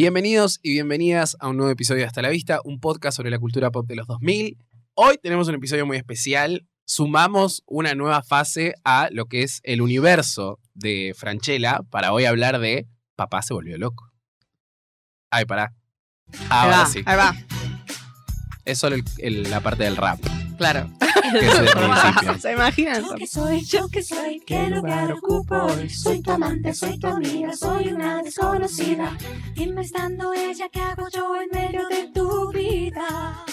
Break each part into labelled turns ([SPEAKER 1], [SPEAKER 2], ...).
[SPEAKER 1] Bienvenidos y bienvenidas a un nuevo episodio de Hasta la Vista, un podcast sobre la cultura pop de los 2000. Hoy tenemos un episodio muy especial. Sumamos una nueva fase a lo que es el universo de Franchella para hoy hablar de Papá se volvió loco. Ay, pará. Ah,
[SPEAKER 2] Ahí
[SPEAKER 1] Ahora
[SPEAKER 2] va,
[SPEAKER 1] sí.
[SPEAKER 2] ahí va,
[SPEAKER 1] Es solo el- el- la parte del rap.
[SPEAKER 2] claro.
[SPEAKER 1] Que es del principio.
[SPEAKER 2] ¿Se imaginan?
[SPEAKER 3] Yo que soy, yo que soy, qué lugar ocupo hoy. Soy tu amante, soy tu amiga, soy una desconocida. Y no estando ella, ¿qué hago yo en medio de tu vida?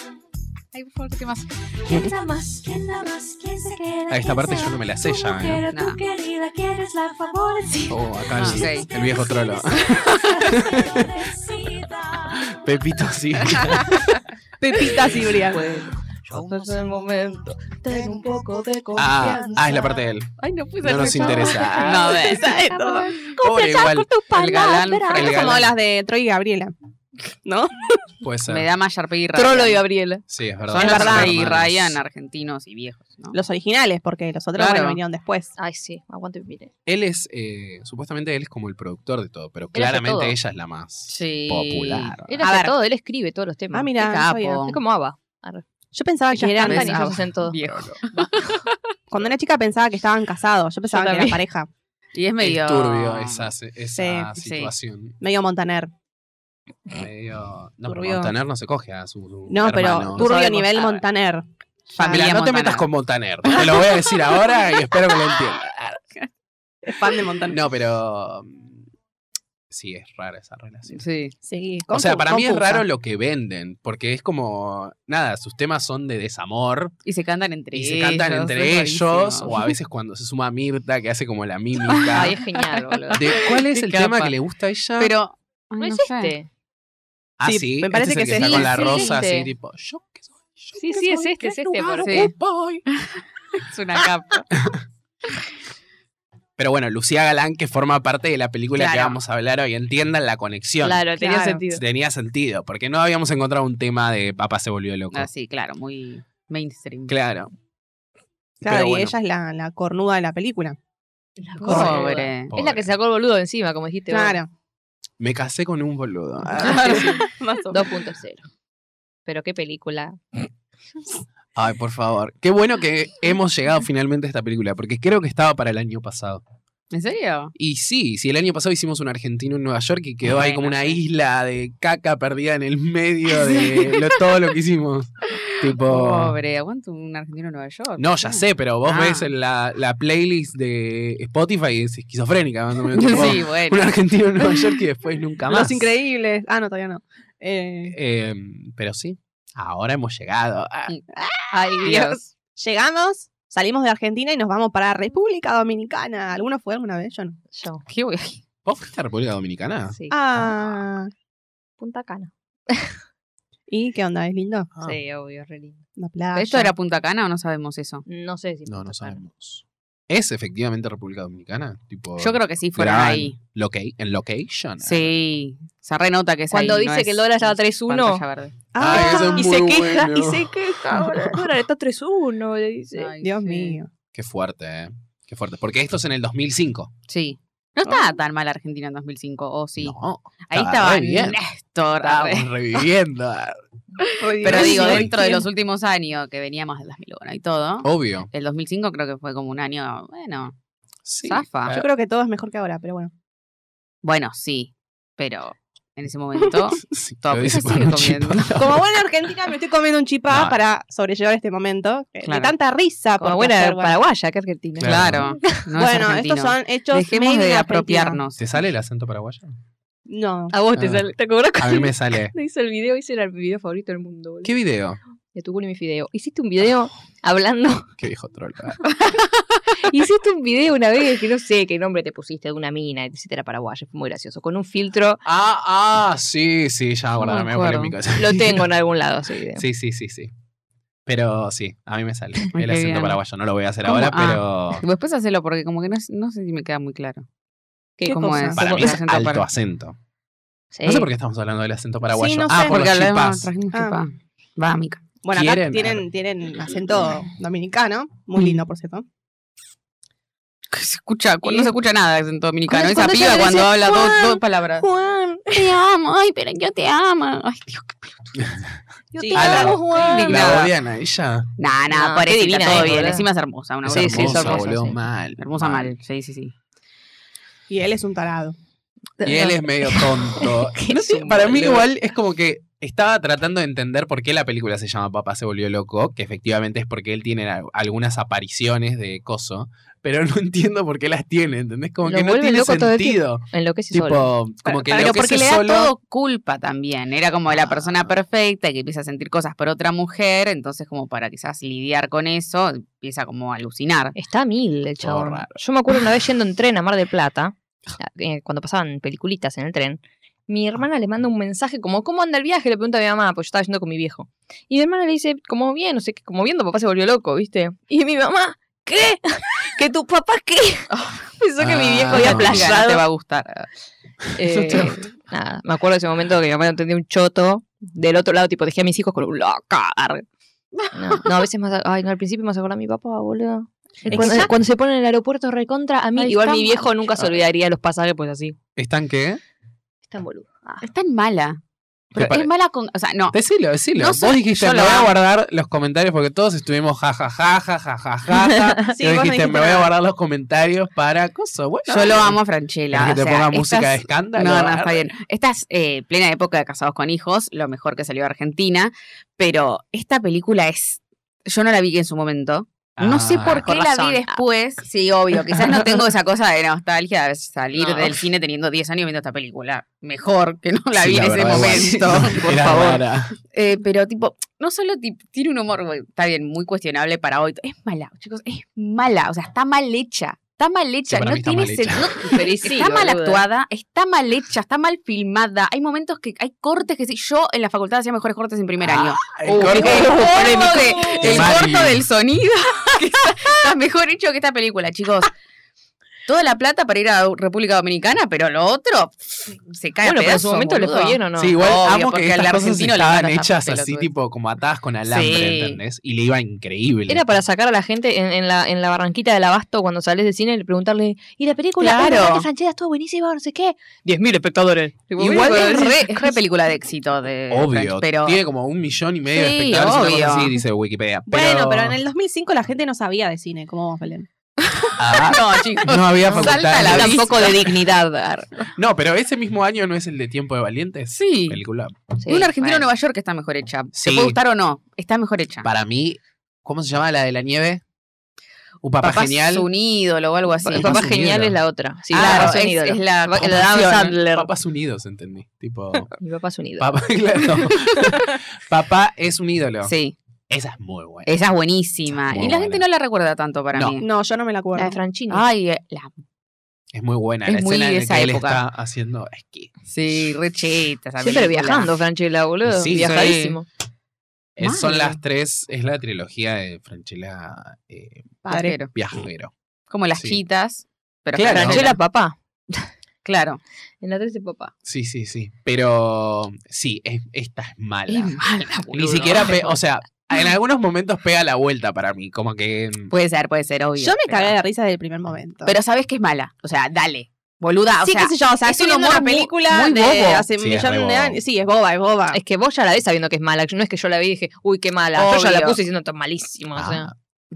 [SPEAKER 2] Ay, por favor, ¿qué más?
[SPEAKER 3] ¿Quién da más? ¿Quién da más? ¿Quién se queda?
[SPEAKER 1] A esta
[SPEAKER 3] ¿Quién
[SPEAKER 1] parte
[SPEAKER 3] se
[SPEAKER 1] yo
[SPEAKER 3] va?
[SPEAKER 1] no me la sé
[SPEAKER 3] Tu
[SPEAKER 1] ya. ¿eh?
[SPEAKER 3] mujer o tu
[SPEAKER 2] No.
[SPEAKER 3] querida, ¿quién es la favorecida?
[SPEAKER 1] Oh, acá el,
[SPEAKER 2] Ah, ok.
[SPEAKER 1] el viejo trolo. Pepito sí.
[SPEAKER 2] Pepita Cibrián.
[SPEAKER 4] Hasta el momento tengo un poco de
[SPEAKER 1] Ah,
[SPEAKER 4] confianza.
[SPEAKER 1] ah, es la parte de él.
[SPEAKER 2] Ay, no puse
[SPEAKER 1] No nos interesa.
[SPEAKER 2] No, ves.
[SPEAKER 1] Pobre igual.
[SPEAKER 2] El galán.
[SPEAKER 1] El
[SPEAKER 2] Estas Ah, son
[SPEAKER 1] galán.
[SPEAKER 2] las de Troy y Gabriela. ¿No?
[SPEAKER 1] Puede ser.
[SPEAKER 5] Me da más Sharpay y Ryan.
[SPEAKER 4] Trollo y Gabriela.
[SPEAKER 1] Sí, es verdad.
[SPEAKER 5] Son
[SPEAKER 2] Es
[SPEAKER 1] Son
[SPEAKER 2] verdad.
[SPEAKER 5] Sharpay y
[SPEAKER 1] hermanos.
[SPEAKER 5] Ryan argentinos y viejos, ¿no?
[SPEAKER 2] Los originales, porque los otros
[SPEAKER 5] Claro.
[SPEAKER 2] bueno, vinieron después.
[SPEAKER 4] Ay, sí, aguante, mire.
[SPEAKER 1] Él es, eh, supuestamente él es como el productor de todo, pero
[SPEAKER 4] Él hace
[SPEAKER 1] claramente
[SPEAKER 4] todo.
[SPEAKER 1] ella es la más
[SPEAKER 5] Sí.
[SPEAKER 1] popular.
[SPEAKER 4] Él
[SPEAKER 2] A
[SPEAKER 4] hace
[SPEAKER 2] ver.
[SPEAKER 4] todo, él escribe todos los temas.
[SPEAKER 2] Ah, mira,
[SPEAKER 5] Qué
[SPEAKER 2] no
[SPEAKER 5] capo.
[SPEAKER 2] sabía.
[SPEAKER 4] Es como Ava.
[SPEAKER 2] Yo pensaba que
[SPEAKER 4] Que
[SPEAKER 2] ya
[SPEAKER 4] cantan
[SPEAKER 2] estaban.
[SPEAKER 4] y
[SPEAKER 5] Ava.
[SPEAKER 4] ellos hacen todo.
[SPEAKER 5] Viejo.
[SPEAKER 2] Cuando una chica pensaba que estaban casados, yo pensaba que era
[SPEAKER 4] también.
[SPEAKER 2] pareja.
[SPEAKER 5] Y es medio.
[SPEAKER 1] Es turbio esa, se- esa
[SPEAKER 5] Sí, sí.
[SPEAKER 1] situación.
[SPEAKER 2] Medio Montaner.
[SPEAKER 1] Medio... No, pero
[SPEAKER 2] Eh, Turbio.
[SPEAKER 1] Montaner no se coge a su, su
[SPEAKER 2] No,
[SPEAKER 1] hermano.
[SPEAKER 2] pero turbio
[SPEAKER 5] sabemos
[SPEAKER 2] nivel
[SPEAKER 5] nada.
[SPEAKER 2] Montaner.
[SPEAKER 1] Mirá,
[SPEAKER 5] Familia
[SPEAKER 1] no te
[SPEAKER 5] Montaner.
[SPEAKER 1] metas con Montaner. Te lo voy a decir ahora y espero que lo entiendas.
[SPEAKER 2] Es fan de Montaner.
[SPEAKER 1] No, pero... mm, Sí, es rara esa relación.
[SPEAKER 5] Sí.
[SPEAKER 2] Sí,
[SPEAKER 1] o sea,
[SPEAKER 2] confu-
[SPEAKER 1] para mí es
[SPEAKER 2] confusa.
[SPEAKER 1] raro lo que venden, porque es como, nada, sus temas son de desamor,
[SPEAKER 5] Y se cantan entre
[SPEAKER 1] y
[SPEAKER 5] ellos.
[SPEAKER 1] se cantan entre
[SPEAKER 5] es
[SPEAKER 1] ellos,
[SPEAKER 5] rarísimo.
[SPEAKER 1] o a veces cuando se suma Mirta, que hace como la mímica.
[SPEAKER 4] Ay, es genial, boludo.
[SPEAKER 1] De- ¿Cuál es
[SPEAKER 5] Qué
[SPEAKER 1] el
[SPEAKER 5] capa.
[SPEAKER 1] tema que le gusta a ella?
[SPEAKER 5] Pero. ay,
[SPEAKER 4] ¿No es
[SPEAKER 5] sé.
[SPEAKER 4] este?
[SPEAKER 1] ah,
[SPEAKER 2] Sí,
[SPEAKER 1] sí,
[SPEAKER 2] me parece
[SPEAKER 1] este es
[SPEAKER 2] que
[SPEAKER 1] el está
[SPEAKER 2] sí.
[SPEAKER 1] con la
[SPEAKER 4] Sí, sí,
[SPEAKER 1] rosa
[SPEAKER 4] este.
[SPEAKER 1] así, tipo, yo que soy. yo
[SPEAKER 4] Sí,
[SPEAKER 1] que
[SPEAKER 4] sí, es
[SPEAKER 1] soy,
[SPEAKER 4] este,
[SPEAKER 1] ¿qué
[SPEAKER 4] es este,
[SPEAKER 1] lugar
[SPEAKER 5] por- sí.
[SPEAKER 1] ocupo hoy?
[SPEAKER 5] Es una capa.
[SPEAKER 1] Pero bueno, Lucía Galán, que forma parte de la película que
[SPEAKER 5] Claro.
[SPEAKER 1] vamos a hablar hoy, entiendan la conexión.
[SPEAKER 4] Claro, tenía
[SPEAKER 2] Claro.
[SPEAKER 4] sentido.
[SPEAKER 1] Tenía sentido, porque no habíamos encontrado un tema de Papá se volvió loco.
[SPEAKER 5] Ah, sí, claro, muy mainstream.
[SPEAKER 1] Claro.
[SPEAKER 2] Claro,
[SPEAKER 1] Pero
[SPEAKER 2] y
[SPEAKER 1] bueno.
[SPEAKER 2] ella es la, la cornuda de la película.
[SPEAKER 5] Pobre.
[SPEAKER 4] Es la que sacó el boludo encima, como dijiste. vos.
[SPEAKER 2] Claro.
[SPEAKER 1] Me casé con un boludo.
[SPEAKER 2] Más o menos.
[SPEAKER 4] 2.0. Pero qué película.
[SPEAKER 1] Ay, por favor. Qué bueno que hemos llegado finalmente a esta película, porque creo que estaba para el año pasado.
[SPEAKER 5] ¿En serio?
[SPEAKER 1] Y sí, si el año pasado hicimos un argentino en Nueva York y quedó ahí como
[SPEAKER 5] Bueno,
[SPEAKER 1] una
[SPEAKER 5] sí.
[SPEAKER 1] isla de caca perdida en el medio de lo- todo lo que hicimos. Tipo.
[SPEAKER 5] Pobre, aguanto un argentino en Nueva York.
[SPEAKER 1] No, ya sé, pero vos
[SPEAKER 5] Ah.
[SPEAKER 1] ves en la, la playlist de Spotify y es esquizofrénica. más o menos, tipo,
[SPEAKER 5] Sí,
[SPEAKER 1] Un
[SPEAKER 5] bueno.
[SPEAKER 1] argentino en Nueva York y después nunca más.
[SPEAKER 2] Los increíbles. Ah, no, todavía no. Eh,
[SPEAKER 1] Eh, pero sí, ahora hemos llegado. Ah,
[SPEAKER 4] Ay, Dios.
[SPEAKER 5] Dios.
[SPEAKER 2] llegamos, salimos de Argentina y nos vamos para República Dominicana. ¿Alguno fue alguna vez? Yo no.
[SPEAKER 4] Yo,
[SPEAKER 5] ¿Qué voy a-
[SPEAKER 1] ¿Vos fuiste a República Dominicana?
[SPEAKER 4] sí.
[SPEAKER 2] Ah.
[SPEAKER 4] Punta Cana.
[SPEAKER 2] ¿Y qué onda? ¿Es lindo?
[SPEAKER 1] Ah,
[SPEAKER 4] Sí, obvio, re lindo.
[SPEAKER 2] La playa.
[SPEAKER 5] ¿Esto era Punta Cana o no sabemos eso?
[SPEAKER 4] No sé si.
[SPEAKER 1] No,
[SPEAKER 4] Punta
[SPEAKER 1] no
[SPEAKER 4] Cana.
[SPEAKER 1] sabemos. ¿Es efectivamente República Dominicana? Tipo,
[SPEAKER 5] Yo creo que sí fueron
[SPEAKER 1] gran
[SPEAKER 5] ahí.
[SPEAKER 1] loca- en location.
[SPEAKER 5] Sí. Se renota que es
[SPEAKER 4] Cuando
[SPEAKER 5] ahí, no
[SPEAKER 4] dice que
[SPEAKER 5] es
[SPEAKER 4] el dólar estaba 3.1.
[SPEAKER 5] pantalla verde.
[SPEAKER 1] Ay,
[SPEAKER 2] Ah,
[SPEAKER 1] eso es
[SPEAKER 2] y se
[SPEAKER 1] muy
[SPEAKER 2] queja,
[SPEAKER 1] bueno.
[SPEAKER 2] y se queja. boludo.
[SPEAKER 4] Ahora está 3-1, le dice.
[SPEAKER 5] Ay,
[SPEAKER 2] Dios
[SPEAKER 5] sí.
[SPEAKER 2] mío.
[SPEAKER 1] Qué fuerte, ¿eh? Qué fuerte. Porque esto es en el 2005.
[SPEAKER 5] Sí. No estaba tan mal Argentina en 2005, o sí.
[SPEAKER 1] Ah. No,
[SPEAKER 5] Ahí
[SPEAKER 1] estaba
[SPEAKER 5] estaba
[SPEAKER 1] re bien.
[SPEAKER 5] Néstor. arre.
[SPEAKER 1] estábamos reviviendo.
[SPEAKER 5] Pero digo,
[SPEAKER 1] Sí, Oh.
[SPEAKER 5] dentro de los últimos años que veníamos del 2001 y todo,
[SPEAKER 1] Obvio.
[SPEAKER 5] el 2005 creo que fue como un año, bueno,
[SPEAKER 1] Sí.
[SPEAKER 5] zafa.
[SPEAKER 2] Yo creo que todo es mejor que ahora, pero bueno.
[SPEAKER 5] Bueno, sí, pero en ese momento,
[SPEAKER 1] Sí,
[SPEAKER 5] top.
[SPEAKER 1] lo dice
[SPEAKER 5] Sigue
[SPEAKER 1] Panucci,
[SPEAKER 5] comiendo.
[SPEAKER 1] pa-
[SPEAKER 2] Como buena argentina me estoy comiendo un chipá
[SPEAKER 1] No.
[SPEAKER 2] para sobrellevar este momento. eh,
[SPEAKER 5] Claro.
[SPEAKER 2] De tanta risa.
[SPEAKER 4] Como
[SPEAKER 2] porque
[SPEAKER 4] buena
[SPEAKER 2] ayer, bueno,
[SPEAKER 4] paraguaya que argentina.
[SPEAKER 1] Claro.
[SPEAKER 5] claro, no es
[SPEAKER 2] bueno,
[SPEAKER 5] argentino.
[SPEAKER 2] estos son hechos
[SPEAKER 5] Dejemos
[SPEAKER 2] made in
[SPEAKER 5] de
[SPEAKER 2] Argentina.
[SPEAKER 5] apropiarnos.
[SPEAKER 1] ¿Te sale el acento paraguayo?
[SPEAKER 2] No.
[SPEAKER 4] A vos te
[SPEAKER 1] Ah.
[SPEAKER 4] sale. ¿Te acordás
[SPEAKER 1] A mí
[SPEAKER 4] cuando
[SPEAKER 1] me sale.
[SPEAKER 4] hice el video? Hice el video favorito del mundo, boludo.
[SPEAKER 1] ¿Qué video?
[SPEAKER 4] De tu culo y mi fideo. Hiciste un video hablando.
[SPEAKER 1] Qué viejo troll.
[SPEAKER 4] Hiciste un video una vez que no sé qué nombre te pusiste de una mina y te hiciste la paraguaya. Fue muy gracioso. Con un filtro.
[SPEAKER 1] Ah, ah, sí, sí, ya me acordaba,
[SPEAKER 5] me
[SPEAKER 1] medio
[SPEAKER 5] acuerdo.
[SPEAKER 1] polémico.
[SPEAKER 4] Lo tengo en algún lado ese video.
[SPEAKER 1] Sí, sí, sí, sí. Pero sí, a mí me sale
[SPEAKER 5] Ay,
[SPEAKER 1] el
[SPEAKER 5] qué
[SPEAKER 1] acento
[SPEAKER 5] bien.
[SPEAKER 1] paraguayo. No lo voy a hacer
[SPEAKER 5] ¿Cómo?
[SPEAKER 1] ahora,
[SPEAKER 5] Ah.
[SPEAKER 1] pero
[SPEAKER 5] Después hacelo porque como que no, es- no sé si me queda muy claro.
[SPEAKER 2] ¿Qué
[SPEAKER 5] ¿Cómo
[SPEAKER 2] cosa?
[SPEAKER 5] es?
[SPEAKER 1] para mí
[SPEAKER 5] Porque
[SPEAKER 1] es
[SPEAKER 5] acento
[SPEAKER 1] alto
[SPEAKER 5] para-
[SPEAKER 1] acento.
[SPEAKER 4] Sí.
[SPEAKER 1] No sé por qué estamos hablando del acento paraguayo.
[SPEAKER 2] Sí, no
[SPEAKER 1] ah,
[SPEAKER 2] sé.
[SPEAKER 1] por
[SPEAKER 5] Porque
[SPEAKER 1] los
[SPEAKER 5] hablamos,
[SPEAKER 1] chipás.
[SPEAKER 5] trajimos
[SPEAKER 2] Ah.
[SPEAKER 5] chipá. Va, Mica.
[SPEAKER 2] Bueno, acá
[SPEAKER 1] Quieren-
[SPEAKER 2] tienen, tienen acento dominicano. Muy lindo, por cierto.
[SPEAKER 5] Que se escucha, no se escucha nada de acento dominicano.
[SPEAKER 4] Cuando-
[SPEAKER 5] Esa
[SPEAKER 4] cuando
[SPEAKER 5] piba
[SPEAKER 4] ella le
[SPEAKER 5] cuando
[SPEAKER 4] dice,
[SPEAKER 5] habla dos,
[SPEAKER 4] "Juan,
[SPEAKER 5] dos palabras.
[SPEAKER 4] Juan.
[SPEAKER 5] te amo, ay, pero yo te amo. Ay, Dios, qué pelotuda. Yo
[SPEAKER 2] Sí.
[SPEAKER 5] te
[SPEAKER 1] A la-
[SPEAKER 5] amo, Juan.
[SPEAKER 1] La odian a ella.
[SPEAKER 5] Nah, nah,
[SPEAKER 4] No,
[SPEAKER 5] por
[SPEAKER 4] qué
[SPEAKER 5] eso
[SPEAKER 4] divina
[SPEAKER 5] todo
[SPEAKER 4] es,
[SPEAKER 5] bien.
[SPEAKER 4] boludo.
[SPEAKER 5] Encima es hermosa, una
[SPEAKER 1] Es
[SPEAKER 5] cosa.
[SPEAKER 4] Sí, sí, es
[SPEAKER 1] hermosa,
[SPEAKER 4] hermosa,
[SPEAKER 1] boludo,
[SPEAKER 4] sí.
[SPEAKER 1] mal.
[SPEAKER 5] Hermosa mal, sí, sí, sí.
[SPEAKER 2] Y él es un tarado.
[SPEAKER 1] Y él es medio tonto.
[SPEAKER 4] Qué
[SPEAKER 1] No sé,
[SPEAKER 4] zumba,
[SPEAKER 1] para mí
[SPEAKER 4] boludo.
[SPEAKER 1] igual es como que estaba tratando de entender por qué la película se llama Papá se volvió loco, que efectivamente es porque él tiene al- algunas apariciones de coso, pero no entiendo por qué las tiene, ¿entendés? Como
[SPEAKER 4] Lo
[SPEAKER 1] que no
[SPEAKER 4] vuelve
[SPEAKER 1] tiene
[SPEAKER 4] loco todo el
[SPEAKER 1] sentido.
[SPEAKER 4] Enloquece
[SPEAKER 1] Tipo,
[SPEAKER 4] solo.
[SPEAKER 1] como que
[SPEAKER 5] pero
[SPEAKER 1] lo que se
[SPEAKER 5] porque le da
[SPEAKER 1] solo
[SPEAKER 5] todo culpa también. Era como de la persona
[SPEAKER 1] Ah.
[SPEAKER 5] perfecta que empieza a sentir cosas por otra mujer, entonces como para quizás lidiar con eso, empieza como a alucinar.
[SPEAKER 4] Está a mil el
[SPEAKER 1] Todo
[SPEAKER 4] chabón.
[SPEAKER 1] raro.
[SPEAKER 4] Yo me acuerdo una vez yendo en tren a Mar del Plata,
[SPEAKER 5] Ah.
[SPEAKER 4] eh, cuando pasaban peliculitas en el tren, mi hermana le manda un mensaje como, ¿cómo anda el viaje? Le pregunta a mi mamá, pues yo estaba yendo con mi viejo. Y mi hermana le dice, como bien, no sé qué, como viendo, papá se volvió loco, ¿viste? Y mi mamá, ¿qué? ¿Que tu papá qué? Pensó que mi viejo
[SPEAKER 1] Ah, no.
[SPEAKER 5] Amiga,
[SPEAKER 4] había
[SPEAKER 5] no te
[SPEAKER 4] playado.
[SPEAKER 5] va a gustar.
[SPEAKER 4] Eh, nada, me acuerdo de ese momento que mi mamá no entendía un choto. Del otro lado, tipo, dejé a mis hijos con un loca. arre. No, no, a veces más. Ay, no, al principio me hace acordar a mi papá, boludo. Eh, Cuando,
[SPEAKER 1] Exacto.
[SPEAKER 4] cuando se pone en el aeropuerto recontra, a mí.
[SPEAKER 5] Ay,
[SPEAKER 4] igual
[SPEAKER 5] está
[SPEAKER 4] mi viejo
[SPEAKER 5] mal.
[SPEAKER 4] nunca se olvidaría de los pasajes, pues así.
[SPEAKER 1] ¿Están qué?
[SPEAKER 4] Están boludo. Ah.
[SPEAKER 5] Es tan mala.
[SPEAKER 1] Pero
[SPEAKER 5] Pero
[SPEAKER 1] pare-
[SPEAKER 5] es mala con. O sea, no.
[SPEAKER 1] Decilo, decilo.
[SPEAKER 5] No sé,
[SPEAKER 1] Vos dijiste,
[SPEAKER 5] yo
[SPEAKER 1] me
[SPEAKER 5] lo
[SPEAKER 1] voy a
[SPEAKER 5] amo".
[SPEAKER 1] guardar los comentarios porque todos estuvimos jajaja, jajaja, jajaja.
[SPEAKER 2] Sí,
[SPEAKER 1] Yo
[SPEAKER 2] vos
[SPEAKER 1] dijiste,
[SPEAKER 2] no dijiste
[SPEAKER 1] me voy a
[SPEAKER 2] nada".
[SPEAKER 1] guardar los comentarios para coso. Bueno,
[SPEAKER 5] Yo lo amo a
[SPEAKER 1] ¿Querés
[SPEAKER 5] Franchella.
[SPEAKER 1] Que te
[SPEAKER 5] o sea,
[SPEAKER 1] ponga
[SPEAKER 5] estas-
[SPEAKER 1] música de escándalo.
[SPEAKER 5] No, no, está bien. Esta es eh, plena época de Casados con Hijos, lo mejor que salió de Argentina, pero esta película es... Yo no la vi en su momento. No sé
[SPEAKER 1] Ah.
[SPEAKER 5] por qué
[SPEAKER 4] con
[SPEAKER 5] la
[SPEAKER 4] razón.
[SPEAKER 5] vi después. Ah. Sí, obvio. Quizás no tengo esa cosa de nostalgia de salir
[SPEAKER 4] No.
[SPEAKER 5] del cine teniendo 10 años viendo esta película. Mejor que no la
[SPEAKER 1] Sí,
[SPEAKER 5] vi en ese
[SPEAKER 1] verdad, igual.
[SPEAKER 5] momento,
[SPEAKER 1] No,
[SPEAKER 5] por
[SPEAKER 1] era
[SPEAKER 5] favor.
[SPEAKER 1] rara.
[SPEAKER 5] Eh, pero tipo, no solo ti- tiene un humor, bueno, está bien, muy cuestionable para hoy. Es mala, chicos, es mala. O sea, está mal hecha. Está mal hecha.
[SPEAKER 1] para
[SPEAKER 5] no
[SPEAKER 1] mí está
[SPEAKER 5] tiene
[SPEAKER 1] mal hecha.
[SPEAKER 5] sen- no-
[SPEAKER 4] Pero y sí,
[SPEAKER 5] está mal
[SPEAKER 4] boluda.
[SPEAKER 5] actuada, está mal hecha, está mal filmada. Hay momentos que hay cortes que sí. Yo en la facultad hacía mejores cortes en
[SPEAKER 1] Ah,
[SPEAKER 5] primer año.
[SPEAKER 1] El
[SPEAKER 5] Uh,
[SPEAKER 1] corte-
[SPEAKER 5] el corto, de-
[SPEAKER 1] De
[SPEAKER 5] el
[SPEAKER 1] Mari.
[SPEAKER 5] corto del sonido que está, está mejor hecho que esta película, chicos. Toda la plata para ir a República Dominicana, pero lo otro pff, se cae
[SPEAKER 4] Bueno,
[SPEAKER 5] a
[SPEAKER 4] pero en su
[SPEAKER 5] pedazos,
[SPEAKER 4] momento le fue
[SPEAKER 5] boludo.
[SPEAKER 4] bien o no.
[SPEAKER 1] Sí, igual
[SPEAKER 5] Obvio,
[SPEAKER 1] amo
[SPEAKER 5] porque
[SPEAKER 1] que
[SPEAKER 5] al
[SPEAKER 1] las cosas
[SPEAKER 5] argentino le van a
[SPEAKER 1] estaban
[SPEAKER 5] tapar
[SPEAKER 1] hechas así,
[SPEAKER 5] pelotudes.
[SPEAKER 1] tipo como atadas con alambre,
[SPEAKER 5] Sí.
[SPEAKER 1] ¿entendés? Y le iba increíble.
[SPEAKER 4] Era para sacar a la gente en, en la, en la barranquita del abasto cuando sales de cine y preguntarle, ¿y la película? Ay,
[SPEAKER 5] Claro.
[SPEAKER 4] la verdad que Franchella estuvo buenísima, no sé qué. 10.000 espectadores.
[SPEAKER 1] Igual
[SPEAKER 5] Igual es
[SPEAKER 1] es-
[SPEAKER 5] re, es re película de éxito de
[SPEAKER 1] Obvio,
[SPEAKER 5] French, pero
[SPEAKER 1] tiene como un millón y medio de
[SPEAKER 5] Sí,
[SPEAKER 1] espectadores, una cosa
[SPEAKER 5] obvio.
[SPEAKER 1] así, dice Wikipedia.
[SPEAKER 2] Bueno, pero en el 2005 la gente no sabía de cine, como vos, Belén.
[SPEAKER 1] Ah,
[SPEAKER 5] no, chicos.
[SPEAKER 1] no había
[SPEAKER 5] Salta
[SPEAKER 1] facultad.
[SPEAKER 5] la
[SPEAKER 1] de-
[SPEAKER 5] vista.
[SPEAKER 4] Tampoco de dignidad. ar.
[SPEAKER 1] No, pero ese mismo año no es el de Tiempo de Valientes.
[SPEAKER 5] Sí.
[SPEAKER 1] Película.
[SPEAKER 4] Sí,
[SPEAKER 5] Y un argentino
[SPEAKER 4] bueno.
[SPEAKER 5] en Nueva York que está mejor hecha.
[SPEAKER 1] Sí.
[SPEAKER 5] ¿Te puede gustar o no? Está mejor hecha.
[SPEAKER 1] Para mí, ¿cómo se llama la de la nieve? Un papá,
[SPEAKER 5] Papá
[SPEAKER 1] genial.
[SPEAKER 5] es un ídolo o algo así.
[SPEAKER 1] Sí.
[SPEAKER 4] El papá
[SPEAKER 1] Más un
[SPEAKER 4] genial
[SPEAKER 1] ídolo.
[SPEAKER 4] es la otra. Sí,
[SPEAKER 5] Ah,
[SPEAKER 4] claro,
[SPEAKER 5] es- es la
[SPEAKER 4] papá, la de Adam
[SPEAKER 5] conjunción.
[SPEAKER 4] Sandler.
[SPEAKER 1] Papás Unidos, entendí. Tipo,
[SPEAKER 4] Mi papá es un ídolo.
[SPEAKER 1] papá, claro. papá es un ídolo.
[SPEAKER 5] Sí,
[SPEAKER 1] Esa es muy buena.
[SPEAKER 5] esa es buenísima.
[SPEAKER 1] Muy
[SPEAKER 5] y la
[SPEAKER 1] buena.
[SPEAKER 5] gente no la recuerda tanto para
[SPEAKER 1] No.
[SPEAKER 5] mí.
[SPEAKER 2] No, yo no me la acuerdo.
[SPEAKER 4] La de Franchini.
[SPEAKER 5] Ay, eh, la,
[SPEAKER 1] Es muy buena.
[SPEAKER 5] Es
[SPEAKER 1] la
[SPEAKER 5] muy
[SPEAKER 1] escena en
[SPEAKER 5] de
[SPEAKER 1] la
[SPEAKER 5] esa
[SPEAKER 1] que él
[SPEAKER 5] época.
[SPEAKER 1] está haciendo esquí.
[SPEAKER 5] sí, re cheta esa
[SPEAKER 4] Siempre
[SPEAKER 5] película.
[SPEAKER 4] viajando, Franchella, boludo.
[SPEAKER 1] Sí,
[SPEAKER 4] Viajadísimo.
[SPEAKER 1] Es- son
[SPEAKER 5] Madre.
[SPEAKER 1] las tres. Es la trilogía de Franchella eh,
[SPEAKER 2] Padre.
[SPEAKER 5] Viajero.
[SPEAKER 1] Viajero.
[SPEAKER 5] Mm. Como las
[SPEAKER 1] Sí.
[SPEAKER 5] chitas. Pero
[SPEAKER 1] Claro.
[SPEAKER 5] Franchella,
[SPEAKER 4] Franchella, papá.
[SPEAKER 5] claro.
[SPEAKER 4] En la 13, papá.
[SPEAKER 1] Sí, sí, sí. Pero sí, es- esta es mala.
[SPEAKER 5] Es mala,
[SPEAKER 1] Ni
[SPEAKER 5] Ah, boludo.
[SPEAKER 1] siquiera, pe- o sea, en algunos momentos pega la vuelta para mí. Como que. mm,
[SPEAKER 5] Puede ser, puede ser, obvio.
[SPEAKER 2] Yo me
[SPEAKER 5] pero-
[SPEAKER 2] cagué de risa desde el primer momento.
[SPEAKER 5] Pero sabes que es mala. O sea, dale. Boluda, o
[SPEAKER 2] sí,
[SPEAKER 5] sea,
[SPEAKER 2] qué sé yo, o sea,
[SPEAKER 5] es
[SPEAKER 2] estoy
[SPEAKER 5] un
[SPEAKER 2] viendo
[SPEAKER 5] humor
[SPEAKER 2] una
[SPEAKER 5] muy-
[SPEAKER 2] película
[SPEAKER 5] muy
[SPEAKER 2] de
[SPEAKER 5] bobo.
[SPEAKER 2] hace un
[SPEAKER 1] Sí, es re
[SPEAKER 2] millón de
[SPEAKER 1] boba.
[SPEAKER 2] años. Sí, es boba, es boba.
[SPEAKER 4] Es que vos ya la ves sabiendo que es mala. No es que yo la vi y dije, uy, qué mala. Yo ya la
[SPEAKER 5] Obvio.
[SPEAKER 4] puse diciendo tan malísima. o sea.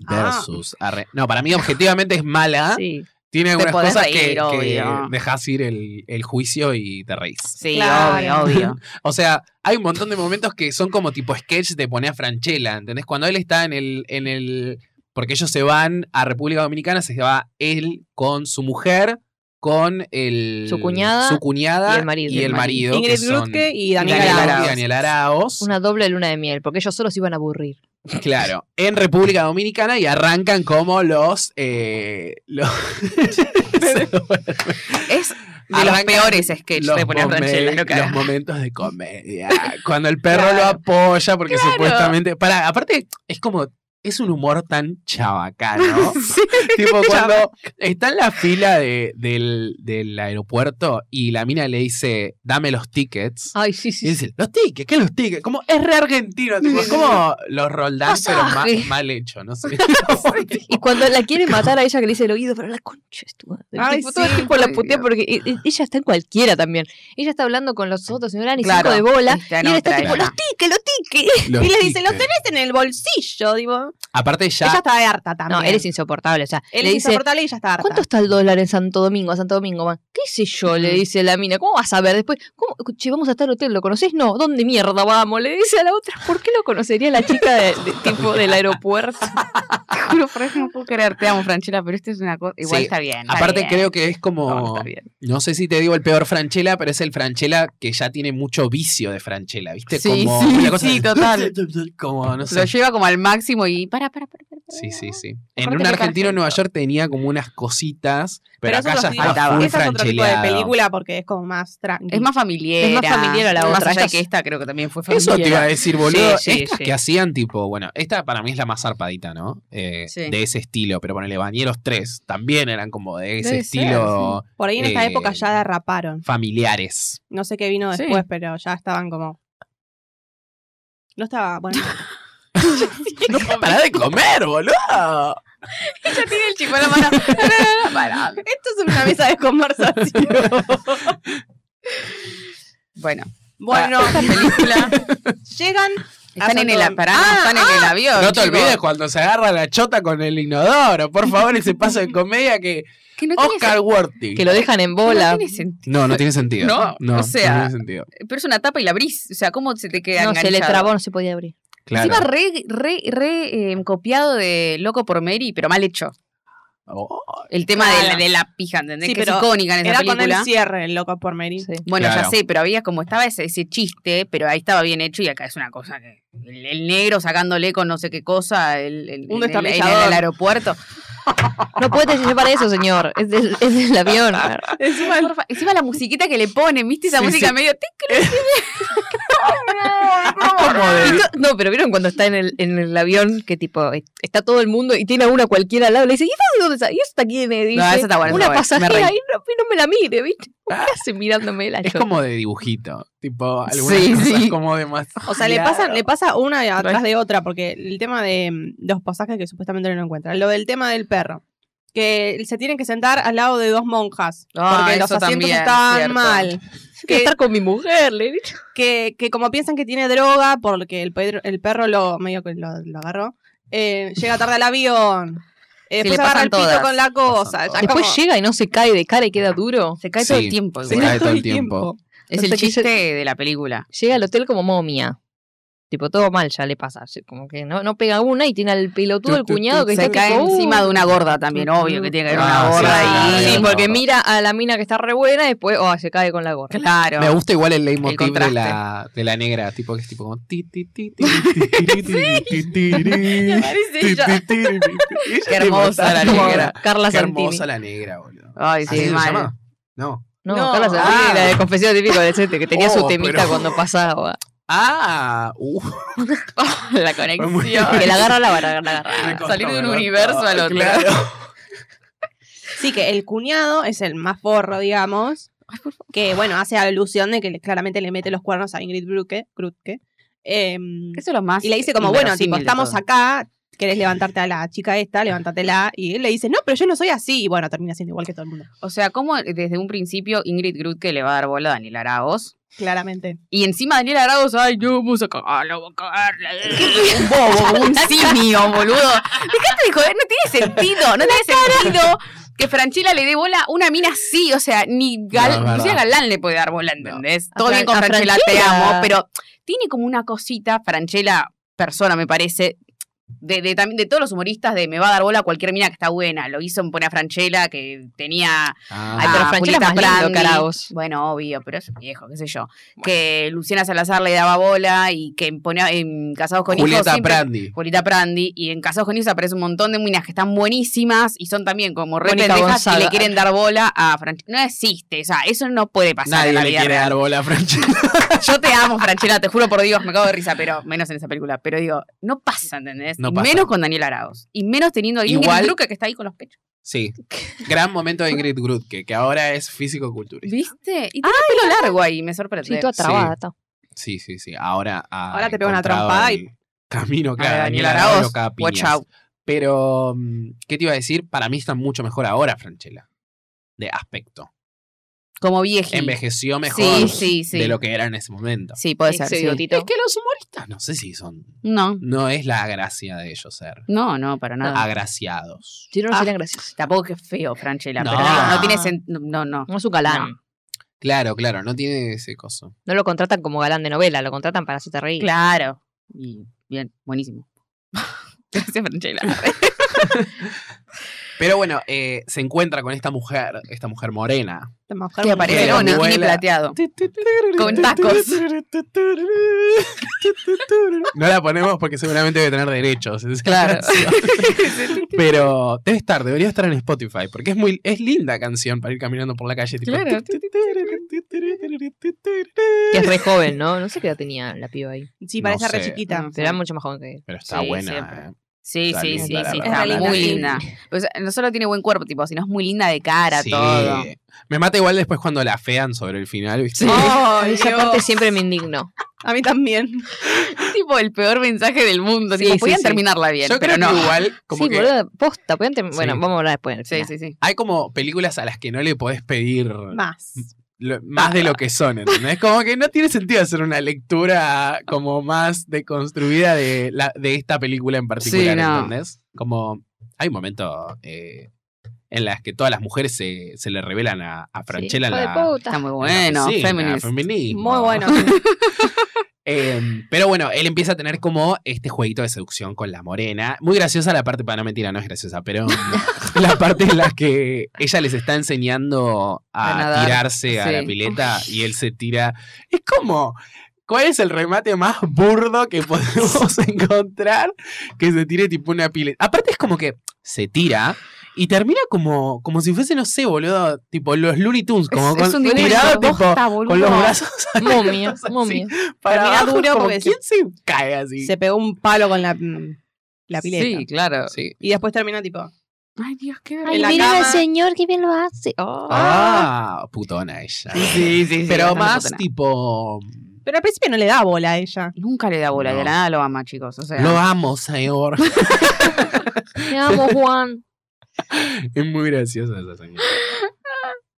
[SPEAKER 1] ah, versus. arre- No, para mí objetivamente es mala.
[SPEAKER 4] Sí.
[SPEAKER 1] Tiene algunas
[SPEAKER 5] podés
[SPEAKER 1] cosas
[SPEAKER 5] reír,
[SPEAKER 1] que, que
[SPEAKER 5] obvio.
[SPEAKER 1] dejas ir el, el juicio y te reís.
[SPEAKER 5] Sí,
[SPEAKER 2] Claro.
[SPEAKER 5] obvio, obvio.
[SPEAKER 1] O sea, hay un montón de momentos que son como tipo sketch de poner a Franchella, ¿entendés? Cuando él está en el, en el. Porque ellos se van a República Dominicana, se va él con su mujer, con el.
[SPEAKER 4] Su cuñada
[SPEAKER 1] Su cuñada
[SPEAKER 4] y el marido.
[SPEAKER 1] Y el marido, que
[SPEAKER 2] Ingrid
[SPEAKER 1] son
[SPEAKER 2] Grutke y
[SPEAKER 1] Daniel
[SPEAKER 2] Daniel
[SPEAKER 1] Araoz.
[SPEAKER 5] Daniel
[SPEAKER 2] Arauz.
[SPEAKER 5] Arauz.
[SPEAKER 1] Daniel Araoz.
[SPEAKER 4] Una doble luna de miel, porque ellos solos iban a aburrir.
[SPEAKER 1] Claro, en República Dominicana y arrancan como los. eh, los
[SPEAKER 5] Es de los
[SPEAKER 1] Arrancan
[SPEAKER 5] peores sketches
[SPEAKER 1] los
[SPEAKER 5] de poner
[SPEAKER 1] momen-
[SPEAKER 5] Franchella, lo que
[SPEAKER 1] los
[SPEAKER 5] haga.
[SPEAKER 1] momentos de comedia. Cuando el perro lo
[SPEAKER 5] Claro.
[SPEAKER 1] apoya, porque supuestamente. Para, aparte, es como es un humor tan chabacano. tipo, cuando está en la fila de- del, del aeropuerto y la mina le dice, dame los tickets.
[SPEAKER 4] Ay, sí,
[SPEAKER 1] Y
[SPEAKER 4] sí. sí.
[SPEAKER 1] dice, los tickets, ¿qué los tickets? Como, es re argentino. Tipo, es como los Roldán, pero ma-
[SPEAKER 4] Pasaje.
[SPEAKER 1] mal hecho, no sé.
[SPEAKER 4] Y cuando la quiere matar a ella que le dice el oído, pero la concha es tu madre.
[SPEAKER 5] Ay,
[SPEAKER 4] Tipo, todo el
[SPEAKER 5] sí,
[SPEAKER 4] tiempo la
[SPEAKER 5] por
[SPEAKER 4] putea
[SPEAKER 5] Dios.
[SPEAKER 4] porque e- e- ella está en cualquiera también. Ella está hablando con los otros señores y
[SPEAKER 5] Claro, Este,
[SPEAKER 4] de bola.
[SPEAKER 5] está en
[SPEAKER 4] y él está
[SPEAKER 5] otra
[SPEAKER 4] tipo,
[SPEAKER 5] era.
[SPEAKER 4] los tiques, los tiques.
[SPEAKER 1] Los
[SPEAKER 2] y le dice, los
[SPEAKER 1] tickets.
[SPEAKER 2] tenés en el bolsillo. Digo,
[SPEAKER 1] Aparte
[SPEAKER 2] ella
[SPEAKER 1] ya,
[SPEAKER 2] está de harta también.
[SPEAKER 4] No, Ah, él es insoportable. O sea,
[SPEAKER 2] Él
[SPEAKER 4] le
[SPEAKER 2] es
[SPEAKER 4] dice,
[SPEAKER 2] insoportable y ella está harta.
[SPEAKER 4] ¿Cuánto está el dólar en Santo Domingo? A Santo Domingo, man. ¿Qué sé yo? Le dice la mina. ¿Cómo vas a ver después? ¿Cómo? Che, vamos a estar hotel, ¿lo conocés? No, ¿dónde mierda vamos? Le dice a la otra. ¿Por qué lo conocería la chica de, de- tipo del aeropuerto?
[SPEAKER 5] Te juro, por eso no puedo creer. Te amo, Franchela, pero esto es una cosa. Igual
[SPEAKER 1] Sí,
[SPEAKER 5] está bien. está
[SPEAKER 1] aparte
[SPEAKER 5] bien.
[SPEAKER 1] creo que es como...
[SPEAKER 5] No, no está bien.
[SPEAKER 1] No sé si te digo el peor Franchella, pero es el Franchella que ya tiene mucho vicio de Franchella, ¿viste?
[SPEAKER 5] Sí,
[SPEAKER 1] como
[SPEAKER 5] sí,
[SPEAKER 1] una cosa
[SPEAKER 5] sí,
[SPEAKER 1] de-
[SPEAKER 5] total.
[SPEAKER 1] Como, no sé.
[SPEAKER 5] Lo lleva como al máximo y para, para, para. para,
[SPEAKER 1] Sí, sí, sí. En
[SPEAKER 5] Aparte
[SPEAKER 1] un
[SPEAKER 5] que
[SPEAKER 1] argentino en Nueva
[SPEAKER 5] perfecto.
[SPEAKER 1] York tenía como unas cositas, pero,
[SPEAKER 2] Pero eso
[SPEAKER 1] acá
[SPEAKER 2] lo
[SPEAKER 1] ya
[SPEAKER 2] digo.
[SPEAKER 1] estaba
[SPEAKER 5] Faltaba.
[SPEAKER 1] full
[SPEAKER 2] Esa es otro tipo de
[SPEAKER 1] francheleado.
[SPEAKER 2] película porque es como más tranquila.
[SPEAKER 5] Es más familiar.
[SPEAKER 4] Es más familiar a la
[SPEAKER 5] Más allá
[SPEAKER 4] otra. Esta
[SPEAKER 5] de
[SPEAKER 4] es-
[SPEAKER 5] que esta creo que también fue familiar.
[SPEAKER 1] Eso te iba a decir, boludo.
[SPEAKER 4] Sí, sí,
[SPEAKER 1] Estas
[SPEAKER 4] sí.
[SPEAKER 1] que hacían tipo, bueno, esta para mí es la más zarpadita, ¿no? Eh,
[SPEAKER 5] Sí.
[SPEAKER 1] De ese estilo, pero ponele Bañeros 3, también eran como de ese
[SPEAKER 5] Debe ser,
[SPEAKER 1] estilo
[SPEAKER 2] Por ahí en esta
[SPEAKER 1] Eh,
[SPEAKER 2] época ya derraparon.
[SPEAKER 1] familiares.
[SPEAKER 2] No sé qué vino
[SPEAKER 5] Sí.
[SPEAKER 2] después, pero ya estaban como. No estaba. Bueno,
[SPEAKER 1] No para de comer, boludo.
[SPEAKER 5] Ella tiene el chico en la mano. Para.
[SPEAKER 2] esto es una mesa de conversación.
[SPEAKER 5] Bueno,
[SPEAKER 2] bueno,
[SPEAKER 5] esta película.
[SPEAKER 2] llegan. Ah,
[SPEAKER 5] Están en el,
[SPEAKER 2] Santo-
[SPEAKER 5] pará, no, están en el avión.
[SPEAKER 1] No te
[SPEAKER 5] chicos.
[SPEAKER 1] olvides cuando se agarra la chota con el inodoro, por favor, ese paso de comedia que
[SPEAKER 5] Que no tiene
[SPEAKER 1] Oscar Worthy.
[SPEAKER 4] Que lo dejan en
[SPEAKER 5] sen-
[SPEAKER 4] bola.
[SPEAKER 5] no tiene sentido.
[SPEAKER 1] No, no tiene sentido.
[SPEAKER 5] No, o sea,
[SPEAKER 1] no tiene sentido.
[SPEAKER 5] Pero es una tapa y la brisa. O sea, ¿cómo se te queda
[SPEAKER 4] No, se le
[SPEAKER 5] enganchado?
[SPEAKER 4] trabó, no se podía abrir.
[SPEAKER 1] Claro.
[SPEAKER 5] Encima re, re, re eh, copiado de Loco por Mary, pero mal hecho.
[SPEAKER 1] Oh,
[SPEAKER 5] El tema de, la,
[SPEAKER 2] Claro.
[SPEAKER 5] de la pija, ¿entendés?
[SPEAKER 2] Sí,
[SPEAKER 5] que es
[SPEAKER 2] pero
[SPEAKER 5] icónica en esa
[SPEAKER 2] Era con
[SPEAKER 5] película.
[SPEAKER 2] el cierre, el loco por Mary.
[SPEAKER 4] Sí.
[SPEAKER 5] Bueno,
[SPEAKER 1] Claro.
[SPEAKER 5] ya sé, pero había como estaba ese, ese chiste, pero ahí estaba bien hecho y acá es una cosa que. El, el negro sacándole con no sé qué cosa, el, el-
[SPEAKER 2] Un
[SPEAKER 5] en el- en el-
[SPEAKER 2] destornillador.
[SPEAKER 5] en el aeropuerto.
[SPEAKER 4] No puede llevar eso, señor. Es del, es del avión.
[SPEAKER 5] Encima, porfa, encima la musiquita que le ponen, ¿viste? Esa
[SPEAKER 1] Sí,
[SPEAKER 5] música
[SPEAKER 1] sí.
[SPEAKER 5] medio. tic,
[SPEAKER 1] como
[SPEAKER 4] Y
[SPEAKER 1] de-
[SPEAKER 4] to- No, pero vieron cuando está en el, en el avión que tipo eh, está todo el mundo y tiene a una cualquiera al lado. Le dice, ¿y esta de dónde está? ¿Y esta quién es? Dice,
[SPEAKER 5] esa está buena,
[SPEAKER 4] Una
[SPEAKER 5] esa está buena. Me
[SPEAKER 4] pasajera
[SPEAKER 5] reí.
[SPEAKER 4] ahí no, y no me la mire, ¿viste? ¿Qué hace mirándome la
[SPEAKER 1] Es
[SPEAKER 4] chota?
[SPEAKER 1] como de dibujito. Tipo, algunas
[SPEAKER 5] Sí,
[SPEAKER 1] cosas
[SPEAKER 5] sí.
[SPEAKER 1] como de más.
[SPEAKER 2] O sea, le, pasa, le pasa una de atrás de otra, porque el tema de mm, los pasajes que supuestamente no encuentran. Lo del tema del perro. Que se tienen que sentar al lado de dos monjas.
[SPEAKER 5] Ah,
[SPEAKER 2] porque
[SPEAKER 5] eso
[SPEAKER 2] los asientos
[SPEAKER 5] también,
[SPEAKER 2] estaban
[SPEAKER 5] cierto.
[SPEAKER 2] mal.
[SPEAKER 4] que estar con mi mujer, le he dicho.
[SPEAKER 2] que, que como piensan que tiene droga, porque el, pedro- el perro lo medio que lo, lo agarró, eh, llega tarde al avión. Eh,
[SPEAKER 5] Sí,
[SPEAKER 2] después
[SPEAKER 5] le
[SPEAKER 2] agarra
[SPEAKER 5] pasan
[SPEAKER 2] el pito
[SPEAKER 5] todas,
[SPEAKER 2] con la cosa.
[SPEAKER 1] pasan
[SPEAKER 2] ya
[SPEAKER 1] todas.
[SPEAKER 2] como-
[SPEAKER 4] Después llega y no se cae de cara y queda duro.
[SPEAKER 5] Se cae todo
[SPEAKER 1] Sí,
[SPEAKER 5] el tiempo.
[SPEAKER 1] se
[SPEAKER 5] igual.
[SPEAKER 1] cae todo el tiempo.
[SPEAKER 5] Es el
[SPEAKER 4] Hasta que se-
[SPEAKER 5] chiste de la película.
[SPEAKER 4] Llega al hotel como momia. Tipo, todo mal ya le pasa. Así Como que no, no pega una y tiene al pelotudo
[SPEAKER 1] Tu,
[SPEAKER 4] el
[SPEAKER 1] tu, tu,
[SPEAKER 4] cuñado que
[SPEAKER 5] Se
[SPEAKER 4] está
[SPEAKER 5] cae
[SPEAKER 4] tipo, "Uh".
[SPEAKER 5] encima de una gorda también, obvio que tiene que haber
[SPEAKER 1] Ah,
[SPEAKER 5] una gorda
[SPEAKER 1] sí,
[SPEAKER 5] ahí.
[SPEAKER 1] claro.
[SPEAKER 4] Sí,
[SPEAKER 1] Sí,
[SPEAKER 4] porque
[SPEAKER 1] no.
[SPEAKER 4] mira a la mina que está re buena y después oh, se cae con la gorra.
[SPEAKER 5] Claro.
[SPEAKER 1] Me gusta igual el leitmotiv
[SPEAKER 5] El
[SPEAKER 1] de, la, de la negra, tipo que es tipo como. ti, ti, ti, ti, ti, ti, ti, ti, ti, ti, ti,
[SPEAKER 5] Aparece
[SPEAKER 1] ti,
[SPEAKER 5] ella.
[SPEAKER 1] ti, ti, ti, ti. Ella
[SPEAKER 5] Qué
[SPEAKER 1] tipo,
[SPEAKER 5] hermosa la
[SPEAKER 1] está como-
[SPEAKER 5] negra.
[SPEAKER 4] Carla
[SPEAKER 1] Qué
[SPEAKER 4] Santini.
[SPEAKER 1] hermosa la negra, boludo.
[SPEAKER 5] Ay,
[SPEAKER 1] ¿Así
[SPEAKER 5] sí,
[SPEAKER 1] se
[SPEAKER 5] mal.
[SPEAKER 1] llama? No.
[SPEAKER 4] No,
[SPEAKER 2] No.
[SPEAKER 4] Carla Santini,
[SPEAKER 1] Ah.
[SPEAKER 4] la de confesión típico adolescente, que tenía su
[SPEAKER 1] Oh,
[SPEAKER 4] temita
[SPEAKER 1] pero-
[SPEAKER 4] cuando pasaba.
[SPEAKER 1] Ah, uh,
[SPEAKER 5] La
[SPEAKER 1] Muy bien.
[SPEAKER 5] conexión.
[SPEAKER 4] Que la agarra, la agarra, la agarra.
[SPEAKER 1] me
[SPEAKER 5] Salir de un
[SPEAKER 1] costó, me
[SPEAKER 5] universo
[SPEAKER 1] costó,
[SPEAKER 5] al otro.
[SPEAKER 1] claro.
[SPEAKER 2] Sí, que el cuñado es el más forro, digamos. Que bueno, hace alusión de que le- claramente le mete los cuernos a Ingrid Brutke. Brutke. Em,
[SPEAKER 5] Eso es lo más.
[SPEAKER 2] y le dice como, bueno,
[SPEAKER 5] inverosímil
[SPEAKER 2] tipo,
[SPEAKER 5] de
[SPEAKER 2] estamos
[SPEAKER 5] todo.
[SPEAKER 2] acá, querés levantarte a la chica esta, levántatela. Y él le dice, no, pero yo no soy así. Y bueno, termina siendo igual que todo el mundo.
[SPEAKER 5] O sea, como desde un principio Ingrid Grutke le va a dar bola a Daniel Araos.
[SPEAKER 2] Claramente.
[SPEAKER 5] Y encima Daniel Araos, ay, no, vamos a cagarla, vamos a cagarla. Un bobo, un simio, boludo. Dejate de joder, no tiene sentido, no tiene sentido que Franchella le dé bola a una mina así. O sea, ni
[SPEAKER 1] No, es
[SPEAKER 5] Gal
[SPEAKER 1] verdad.
[SPEAKER 5] Lucía Galán le puede dar bola, ¿entendés?
[SPEAKER 4] A
[SPEAKER 5] Todo
[SPEAKER 4] Fran-
[SPEAKER 5] bien con
[SPEAKER 4] a
[SPEAKER 5] Franchella, te
[SPEAKER 4] Franchella.
[SPEAKER 5] amo, pero tiene como una cosita, Franchella, persona me parece, de, de, también de todos los humoristas de me va a dar bola cualquier mina que está buena. Lo hizo en Pone a Franchella, que tenía.
[SPEAKER 4] Ay,
[SPEAKER 1] Ah,
[SPEAKER 4] pero
[SPEAKER 5] a
[SPEAKER 4] Franchella es
[SPEAKER 5] Julieta
[SPEAKER 4] más lindo
[SPEAKER 5] Brandi.
[SPEAKER 4] que Arauz.
[SPEAKER 5] Bueno, obvio, pero es viejo, qué sé yo. Que Luciana Salazar le daba bola y que en, Pone- en Casados con Hijos.
[SPEAKER 1] Julieta
[SPEAKER 5] siempre-
[SPEAKER 1] Prandi.
[SPEAKER 5] Julieta Prandi. Y en Casados con Hijos aparece un montón de minas que están buenísimas y son también como re
[SPEAKER 4] Mónica
[SPEAKER 5] pendejas y
[SPEAKER 4] Gonzaga.
[SPEAKER 5] le quieren dar bola a Franchella. No existe, o sea, eso no puede pasar
[SPEAKER 1] Nadie
[SPEAKER 5] en la
[SPEAKER 1] le
[SPEAKER 5] vida
[SPEAKER 1] quiere
[SPEAKER 5] real.
[SPEAKER 1] dar bola a Franchella.
[SPEAKER 5] Yo te amo, Franchella, te juro por Dios, me cago de risa, pero menos en esa película. Pero digo, no pasa, ¿entendés?
[SPEAKER 1] No
[SPEAKER 5] y
[SPEAKER 1] pasa.
[SPEAKER 5] menos con Daniel Araos. Y menos teniendo a Ingrid
[SPEAKER 1] Igual-
[SPEAKER 5] Drucker que está ahí con los pechos.
[SPEAKER 1] Sí. Gran momento de Ingrid Grutke, que ahora es físico-culturista.
[SPEAKER 5] ¿Viste? Y tiene el pelo largo ahí, me sorprende.
[SPEAKER 4] Sí, toda trabada. está.
[SPEAKER 1] Sí, sí, sí. Ahora ha
[SPEAKER 2] Ahora te pega una
[SPEAKER 1] encontrado
[SPEAKER 2] trompada
[SPEAKER 1] el Camino,
[SPEAKER 5] A
[SPEAKER 1] claro.
[SPEAKER 5] Daniel
[SPEAKER 1] Daniel Araoz
[SPEAKER 5] Araoz,
[SPEAKER 1] lo caga a
[SPEAKER 5] Watch
[SPEAKER 1] piñas.
[SPEAKER 5] out.
[SPEAKER 1] Pero, mm, ¿qué te iba a decir? Para mí está mucho mejor ahora, Franchella. De aspecto.
[SPEAKER 5] Como vieji.
[SPEAKER 1] Envejeció mejor
[SPEAKER 5] Sí, sí, sí.
[SPEAKER 1] de lo que era en ese momento.
[SPEAKER 5] Sí, puede ser.
[SPEAKER 4] Ese
[SPEAKER 5] sí.
[SPEAKER 4] bigotito.
[SPEAKER 1] Es que los humoristas, no sé si son.
[SPEAKER 5] No,
[SPEAKER 1] No es la gracia de ellos ser
[SPEAKER 5] no, no, para nada.
[SPEAKER 1] agraciados.
[SPEAKER 4] Si no, no
[SPEAKER 5] Ah.
[SPEAKER 4] serían graciosos.
[SPEAKER 5] Tampoco que es feo, Franchella,
[SPEAKER 1] No.
[SPEAKER 5] pero no, no tiene sentido. No, no.
[SPEAKER 4] No es un galán. No.
[SPEAKER 1] Claro, claro, no tiene ese coso.
[SPEAKER 4] lo contratan como galán de novela, lo contratan para hacerte reír.
[SPEAKER 5] Claro. Y bien, buenísimo. Gracias, Franchella.
[SPEAKER 1] Pero bueno, eh, se encuentra con esta mujer, esta mujer morena.
[SPEAKER 2] Te mojaron
[SPEAKER 5] Que
[SPEAKER 2] un
[SPEAKER 5] aparece
[SPEAKER 1] Pero
[SPEAKER 5] con
[SPEAKER 2] pelo.
[SPEAKER 5] el bikini
[SPEAKER 1] vuela.
[SPEAKER 5] plateado. Con tacos.
[SPEAKER 1] No la ponemos porque seguramente debe tener derechos. esa
[SPEAKER 5] Claro.
[SPEAKER 1] canción. Pero debe estar, debería estar en Spotify, porque es muy es linda canción para ir caminando por la calle. Tipo,
[SPEAKER 5] Claro.
[SPEAKER 4] Que es re joven, ¿no? No sé qué edad tenía la piba ahí.
[SPEAKER 2] Sí, parece
[SPEAKER 1] No
[SPEAKER 2] re
[SPEAKER 1] sé.
[SPEAKER 2] chiquita.
[SPEAKER 5] No.
[SPEAKER 4] Pero era mucho más joven que él.
[SPEAKER 1] Pero está
[SPEAKER 5] Sí,
[SPEAKER 1] buena.
[SPEAKER 5] siempre.
[SPEAKER 1] eh.
[SPEAKER 5] Sí,
[SPEAKER 1] Está
[SPEAKER 5] sí,
[SPEAKER 1] linda
[SPEAKER 5] sí,
[SPEAKER 1] la verdad.
[SPEAKER 5] sí, está
[SPEAKER 2] Es re
[SPEAKER 5] muy
[SPEAKER 2] linda.
[SPEAKER 5] linda. O sea, no solo tiene buen cuerpo, tipo, sino es muy linda de cara,
[SPEAKER 1] Sí.
[SPEAKER 5] todo.
[SPEAKER 1] Me mata igual después cuando la fean sobre el final, ¿viste?
[SPEAKER 2] Oh,
[SPEAKER 4] Esa
[SPEAKER 2] Dios.
[SPEAKER 4] parte siempre me indignó.
[SPEAKER 2] A mí también.
[SPEAKER 5] Es tipo el peor mensaje del mundo.
[SPEAKER 4] Sí,
[SPEAKER 5] tipo,
[SPEAKER 4] sí,
[SPEAKER 5] podían
[SPEAKER 4] sí.
[SPEAKER 5] terminarla bien,
[SPEAKER 1] Yo
[SPEAKER 5] pero
[SPEAKER 1] creo
[SPEAKER 5] no.
[SPEAKER 1] que igual, como
[SPEAKER 4] sí,
[SPEAKER 1] que
[SPEAKER 4] boludo, posta. podían term-
[SPEAKER 1] Sí.
[SPEAKER 4] Bueno, vamos a hablar después. al
[SPEAKER 5] Sí,
[SPEAKER 4] final.
[SPEAKER 5] sí, sí.
[SPEAKER 1] hay como películas a las que no le podés pedir
[SPEAKER 2] Más.
[SPEAKER 1] lo- más de lo que son, ¿entendés? Como que no tiene sentido hacer una lectura como más deconstruida de, la, de esta película en particular,
[SPEAKER 5] Sí, no.
[SPEAKER 1] ¿entendés? Como hay un momento eh, en las que todas las mujeres se, se le revelan a, a Franchella
[SPEAKER 4] Hijo de
[SPEAKER 1] la...
[SPEAKER 4] puta.
[SPEAKER 5] Está muy bueno,
[SPEAKER 1] la oficina,
[SPEAKER 5] feminist.
[SPEAKER 1] feminismo.
[SPEAKER 2] Muy bueno.
[SPEAKER 1] Eh, pero bueno, él empieza a tener como este jueguito de seducción con la morena. Muy graciosa la parte, para no mentira, no es graciosa, pero la parte en la que ella les está enseñando
[SPEAKER 5] A
[SPEAKER 1] a,
[SPEAKER 5] nadar,
[SPEAKER 1] tirarse a la
[SPEAKER 5] sí.
[SPEAKER 1] pileta y él se tira. Es como, ¿cuál es el remate más burdo que podemos encontrar? Que se tire tipo una pileta. Aparte es como que se tira. Y termina como, como si fuese, no sé, boludo, tipo los Looney Tunes, como
[SPEAKER 5] es, es
[SPEAKER 1] con-
[SPEAKER 5] un dibujo
[SPEAKER 1] tirado,
[SPEAKER 5] de
[SPEAKER 1] tipo,
[SPEAKER 5] posta,
[SPEAKER 1] con los
[SPEAKER 5] boludo.
[SPEAKER 1] brazos
[SPEAKER 4] Momia,
[SPEAKER 1] Cosas así.
[SPEAKER 4] momia.
[SPEAKER 1] para
[SPEAKER 2] Termina
[SPEAKER 1] abajo,
[SPEAKER 2] duro
[SPEAKER 1] como,
[SPEAKER 2] porque
[SPEAKER 1] ¿quién se cae así?
[SPEAKER 2] Se pegó un palo con la, mm, la pileta.
[SPEAKER 5] Sí, claro.
[SPEAKER 1] Sí.
[SPEAKER 2] Y después termina tipo.
[SPEAKER 5] Ay, Dios, qué
[SPEAKER 2] Ay,
[SPEAKER 5] en la
[SPEAKER 2] miren
[SPEAKER 5] cama.
[SPEAKER 2] al
[SPEAKER 4] señor, qué bien lo hace.
[SPEAKER 1] Ah, putona ella.
[SPEAKER 5] Sí, sí, sí.
[SPEAKER 1] Pero
[SPEAKER 5] bastante
[SPEAKER 1] más
[SPEAKER 5] putona.
[SPEAKER 1] tipo,
[SPEAKER 2] Pero al principio no le da bola a ella.
[SPEAKER 5] Nunca le da bola,
[SPEAKER 1] No.
[SPEAKER 5] de nada lo ama, chicos. O sea,
[SPEAKER 1] lo amo, señor.
[SPEAKER 4] Te amo, Juan.
[SPEAKER 1] es muy graciosa esa señora.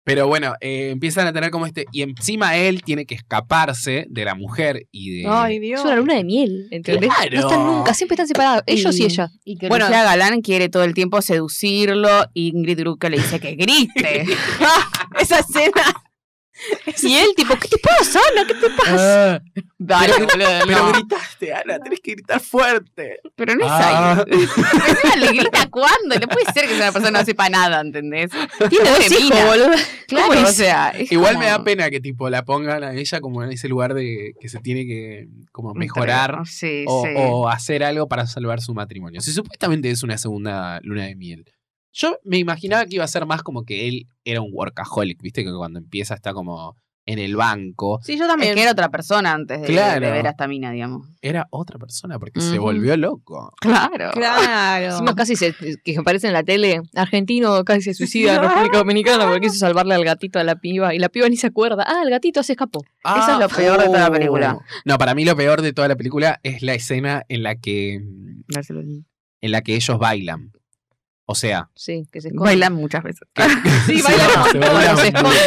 [SPEAKER 1] Pero bueno, eh, empiezan a tener como este. Y encima él tiene que escaparse de la mujer y de.
[SPEAKER 2] Ay, Dios.
[SPEAKER 4] Es una luna de miel, ¿entendés?
[SPEAKER 1] Claro.
[SPEAKER 4] No están nunca, siempre están separados, ellos y
[SPEAKER 5] Y-
[SPEAKER 4] ella.
[SPEAKER 5] Y que
[SPEAKER 2] Bueno.
[SPEAKER 5] bueno, Galán quiere todo el tiempo seducirlo. y Ingrid Drucker le dice que grite.
[SPEAKER 2] Esa escena.
[SPEAKER 4] Y él, tipo, ¿qué te pasa, Ana? ¿Qué te pasa?
[SPEAKER 1] Ah,
[SPEAKER 5] Dale,
[SPEAKER 1] Pero-
[SPEAKER 5] boludo,
[SPEAKER 1] pero
[SPEAKER 5] no.
[SPEAKER 1] gritaste, Ana, tenés que gritar fuerte.
[SPEAKER 5] Pero no es
[SPEAKER 1] Ah.
[SPEAKER 5] ahí. Encima le grita cuándo. No puede ser que sea una persona no sepa nada, ¿entendés?
[SPEAKER 4] Tiene dos
[SPEAKER 5] Pobre
[SPEAKER 4] hijos,
[SPEAKER 5] mina.
[SPEAKER 4] boludo.
[SPEAKER 5] Claro,
[SPEAKER 4] ¿Cómo
[SPEAKER 5] o
[SPEAKER 4] es?
[SPEAKER 5] sea. es
[SPEAKER 1] Igual me
[SPEAKER 5] como-
[SPEAKER 1] da pena que tipo la pongan a ella como en ese lugar de que se tiene que como mejorar
[SPEAKER 5] Sí,
[SPEAKER 1] o,
[SPEAKER 5] sí.
[SPEAKER 1] o hacer algo para salvar su matrimonio. Si supuestamente es una segunda luna de miel. Yo me imaginaba que iba a ser más como que él era un workaholic, viste que cuando empieza está como en el banco.
[SPEAKER 2] Sí, yo
[SPEAKER 5] Es
[SPEAKER 2] también.
[SPEAKER 5] que era otra persona antes de,
[SPEAKER 1] Claro.
[SPEAKER 5] de ver a esta mina, digamos.
[SPEAKER 1] Era otra persona porque se
[SPEAKER 5] Ujú.
[SPEAKER 1] volvió loco.
[SPEAKER 5] Claro.
[SPEAKER 2] Claro.
[SPEAKER 4] Encima casi se, que aparece en la tele, argentino casi se suicida en República Dominicana porque quiso salvarle al gatito a la piba y la piba ni se acuerda. Ah, el gatito se escapó.
[SPEAKER 5] Eso es lo peor de toda la película.
[SPEAKER 1] Ah, No, para mí lo peor de toda la película es la escena en la que en la que ellos bailan. O sea,
[SPEAKER 4] Sí, que se esconde.
[SPEAKER 5] Bailan muchas veces.
[SPEAKER 1] Sí, ah,
[SPEAKER 4] bailan
[SPEAKER 1] se bailan
[SPEAKER 4] se
[SPEAKER 1] mucho.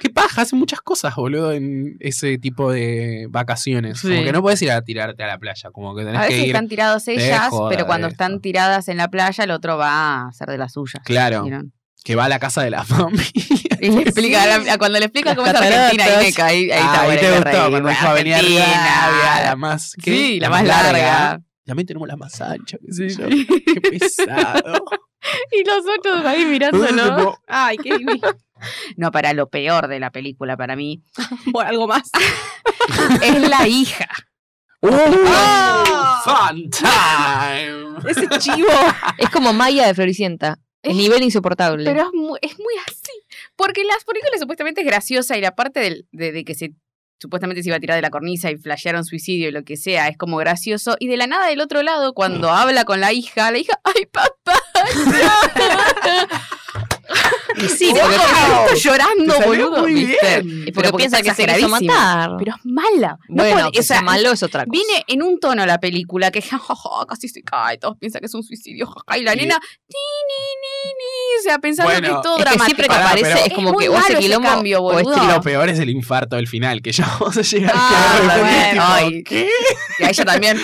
[SPEAKER 1] Qué paja, hacen muchas cosas, boludo, en ese tipo de vacaciones. Como
[SPEAKER 5] Sí.
[SPEAKER 1] que no puedes ir a tirarte a la playa, como que tenés que
[SPEAKER 5] A veces
[SPEAKER 1] ir.
[SPEAKER 5] están tirados ellas,
[SPEAKER 1] joda de
[SPEAKER 5] pero cuando
[SPEAKER 1] esto.
[SPEAKER 5] están tiradas en la playa, el otro va a hacer de la suya.
[SPEAKER 1] Claro,
[SPEAKER 5] ¿vieron?
[SPEAKER 1] que va a la casa de la familia.
[SPEAKER 5] Y le explica, a la- a cuando le explica cómo es Argentina y Neca, ahí, ahí está.
[SPEAKER 1] Ah, Ahí
[SPEAKER 5] bueno,
[SPEAKER 1] te
[SPEAKER 5] me
[SPEAKER 1] gustó,
[SPEAKER 5] reí,
[SPEAKER 1] cuando
[SPEAKER 5] bueno,
[SPEAKER 1] dijo Avenida
[SPEAKER 5] Argentina,
[SPEAKER 1] Rivadavia, la más. ¿qué?
[SPEAKER 5] Sí, la más larga.
[SPEAKER 1] También tenemos la más ancha, qué sé yo.
[SPEAKER 5] Sí.
[SPEAKER 1] Qué pesado.
[SPEAKER 5] y los otros ahí
[SPEAKER 1] Entonces,
[SPEAKER 5] mirándolo.
[SPEAKER 1] tipo,
[SPEAKER 2] Ay, qué divino.
[SPEAKER 5] No, para lo peor de la película, para mí,
[SPEAKER 2] Bueno, algo más.
[SPEAKER 5] es la hija.
[SPEAKER 1] ¡Uh!
[SPEAKER 2] Ah.
[SPEAKER 5] ¡Oh!
[SPEAKER 1] ¡Fun time!
[SPEAKER 2] Ese chivo.
[SPEAKER 4] Es como Maya de Floricienta. El nivel insoportable.
[SPEAKER 5] Pero es muy, es muy así. Porque las películas supuestamente es graciosa y la parte del- de, de que se supuestamente se iba a tirar de la cornisa y flashearon suicidio y lo que sea, es como gracioso. Y de la nada del otro lado, cuando habla con la hija, la hija, ¡ay, papá!
[SPEAKER 4] Y sí,
[SPEAKER 5] Ojo,
[SPEAKER 4] porque,
[SPEAKER 5] estoy Oh, llorando,
[SPEAKER 1] Te salió
[SPEAKER 5] boludo.
[SPEAKER 1] muy
[SPEAKER 5] ¿viste?
[SPEAKER 1] bien.
[SPEAKER 5] Pero
[SPEAKER 4] porque
[SPEAKER 5] está
[SPEAKER 4] piensa que se quiso
[SPEAKER 5] exageradísimo.
[SPEAKER 4] matar.
[SPEAKER 5] Pero es mala. No
[SPEAKER 4] bueno,
[SPEAKER 5] puede-
[SPEAKER 4] que
[SPEAKER 5] o sea, eh,
[SPEAKER 4] sea malo es otra cosa.
[SPEAKER 5] Viene en un tono la película que ja, ja, ja, casi se cae, todos piensan que es un suicidio, ja, ja, y
[SPEAKER 1] Y-
[SPEAKER 5] la
[SPEAKER 1] eh,
[SPEAKER 5] nena, ti, ni, ni, ni, o sea, pensando
[SPEAKER 1] Bueno,
[SPEAKER 5] que es todo
[SPEAKER 4] Es que
[SPEAKER 5] dramático.
[SPEAKER 4] siempre que
[SPEAKER 1] Pará,
[SPEAKER 4] aparece
[SPEAKER 1] pero-
[SPEAKER 4] es como
[SPEAKER 5] Es muy
[SPEAKER 4] que o ese
[SPEAKER 5] malo ese
[SPEAKER 4] quilombo
[SPEAKER 5] cambio,
[SPEAKER 4] o es
[SPEAKER 5] boludo.
[SPEAKER 1] Y
[SPEAKER 4] quilombo.
[SPEAKER 5] No.
[SPEAKER 1] lo peor es el infarto del final, que ya vamos a llegar.
[SPEAKER 5] Ah,
[SPEAKER 1] que
[SPEAKER 5] bueno,
[SPEAKER 1] tipo,
[SPEAKER 5] ay.
[SPEAKER 1] ¿qué?
[SPEAKER 5] Y a ella también.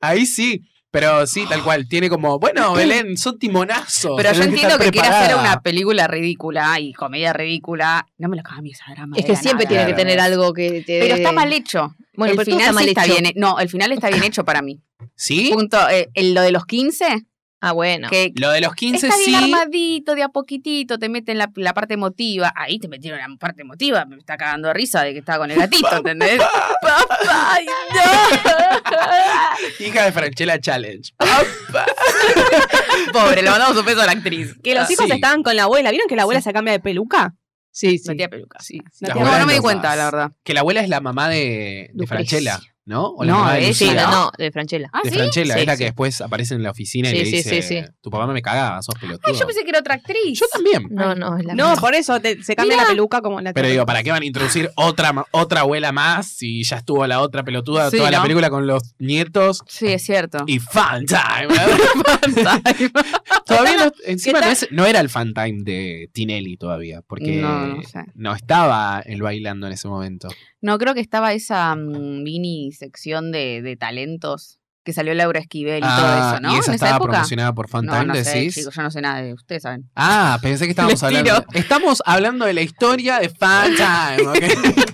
[SPEAKER 1] Ahí sí. Pero sí, tal cual. Tiene como, bueno, Belén, son timonazos.
[SPEAKER 5] Pero yo
[SPEAKER 1] tenés
[SPEAKER 5] entiendo
[SPEAKER 1] estar
[SPEAKER 5] que quiere hacer
[SPEAKER 1] preparada.
[SPEAKER 5] una película ridícula y comedia ridícula. No me lo cambies a drama.
[SPEAKER 4] Es
[SPEAKER 5] de
[SPEAKER 4] que
[SPEAKER 5] la
[SPEAKER 4] siempre
[SPEAKER 5] nada,
[SPEAKER 4] tiene que
[SPEAKER 5] ¿verdad?
[SPEAKER 4] tener algo que te...
[SPEAKER 5] Pero está mal hecho.
[SPEAKER 4] Bueno,
[SPEAKER 5] el
[SPEAKER 4] pero todo
[SPEAKER 5] final
[SPEAKER 4] está mal
[SPEAKER 5] sí
[SPEAKER 4] hecho.
[SPEAKER 5] está bien. he- No, el final está bien hecho para mí.
[SPEAKER 1] ¿Sí?
[SPEAKER 5] Punto. Eh, el- lo de los 15,
[SPEAKER 4] Ah, bueno.
[SPEAKER 5] que
[SPEAKER 1] Lo de los 15
[SPEAKER 5] está
[SPEAKER 1] sí.
[SPEAKER 5] bien armadito, de a poquitito, te meten la, la parte emotiva. Ahí te metieron la parte emotiva. Me está cagando de risa de que estaba con el gatito, ¿entendés? ¡Papá! ay, no.
[SPEAKER 1] Hija de Franchella Challenge.
[SPEAKER 5] Pobre, le mandamos un peso a la actriz.
[SPEAKER 2] Que los
[SPEAKER 1] Ah,
[SPEAKER 2] hijos
[SPEAKER 1] sí.
[SPEAKER 2] estaban con la abuela. ¿Vieron que la abuela se cambia de peluca?
[SPEAKER 4] Sí, sí.
[SPEAKER 5] Metía peluca.
[SPEAKER 1] Sí,
[SPEAKER 2] La
[SPEAKER 1] las
[SPEAKER 2] tía-
[SPEAKER 5] No,
[SPEAKER 1] abuelas
[SPEAKER 5] no me di
[SPEAKER 1] locas.
[SPEAKER 5] cuenta, la verdad.
[SPEAKER 1] Que la abuela es la mamá de, de
[SPEAKER 4] Lucrecia.
[SPEAKER 1] Franchella, ¿no? O la
[SPEAKER 5] No,
[SPEAKER 1] mamá de
[SPEAKER 5] de ella,
[SPEAKER 4] Sí,
[SPEAKER 1] Lucila.
[SPEAKER 4] no, no, de Franchella.
[SPEAKER 5] ¿Ah,
[SPEAKER 1] de
[SPEAKER 5] sí?
[SPEAKER 1] Franchella,
[SPEAKER 4] Sí,
[SPEAKER 1] es la
[SPEAKER 4] sí.
[SPEAKER 1] que después aparece en la oficina y
[SPEAKER 4] Sí,
[SPEAKER 1] le
[SPEAKER 4] sí,
[SPEAKER 1] dice,
[SPEAKER 4] sí, sí.
[SPEAKER 1] tu papá me cagaba, sos pelotudo.
[SPEAKER 5] Ay, Ah, yo pensé que era otra actriz.
[SPEAKER 1] Yo también.
[SPEAKER 4] No, no, es la
[SPEAKER 2] No, por eso te- se cambia la peluca como la
[SPEAKER 1] Pero
[SPEAKER 2] tía.
[SPEAKER 1] digo, ¿para qué van a introducir otra, ma- otra abuela más si ya estuvo la otra pelotuda
[SPEAKER 5] Sí,
[SPEAKER 1] toda la
[SPEAKER 5] ¿no?
[SPEAKER 1] película con los nietos?
[SPEAKER 5] Sí, es cierto.
[SPEAKER 1] Y fan time. todavía no, encima no,
[SPEAKER 2] ¿Qué tal?
[SPEAKER 1] es- no era el fan time de Tinelli todavía, porque
[SPEAKER 5] No,
[SPEAKER 1] no,
[SPEAKER 5] no sé.
[SPEAKER 1] estaba el bailando en ese momento.
[SPEAKER 5] No, creo que estaba esa mm, mini sección de, de talentos que salió Laura Esquivel y
[SPEAKER 1] Ah,
[SPEAKER 5] todo eso, ¿no?
[SPEAKER 1] y esa
[SPEAKER 5] en esa
[SPEAKER 1] estaba
[SPEAKER 5] época.
[SPEAKER 1] promocionada por fan
[SPEAKER 5] No,
[SPEAKER 1] time,
[SPEAKER 5] no sé,
[SPEAKER 1] decís.
[SPEAKER 5] chicos, yo no sé nada de ustedes, ¿saben?
[SPEAKER 1] Ah, pensé que estábamos
[SPEAKER 5] Les tiro.
[SPEAKER 1] hablando. Estamos hablando de la historia de Fan Time, ¿ok?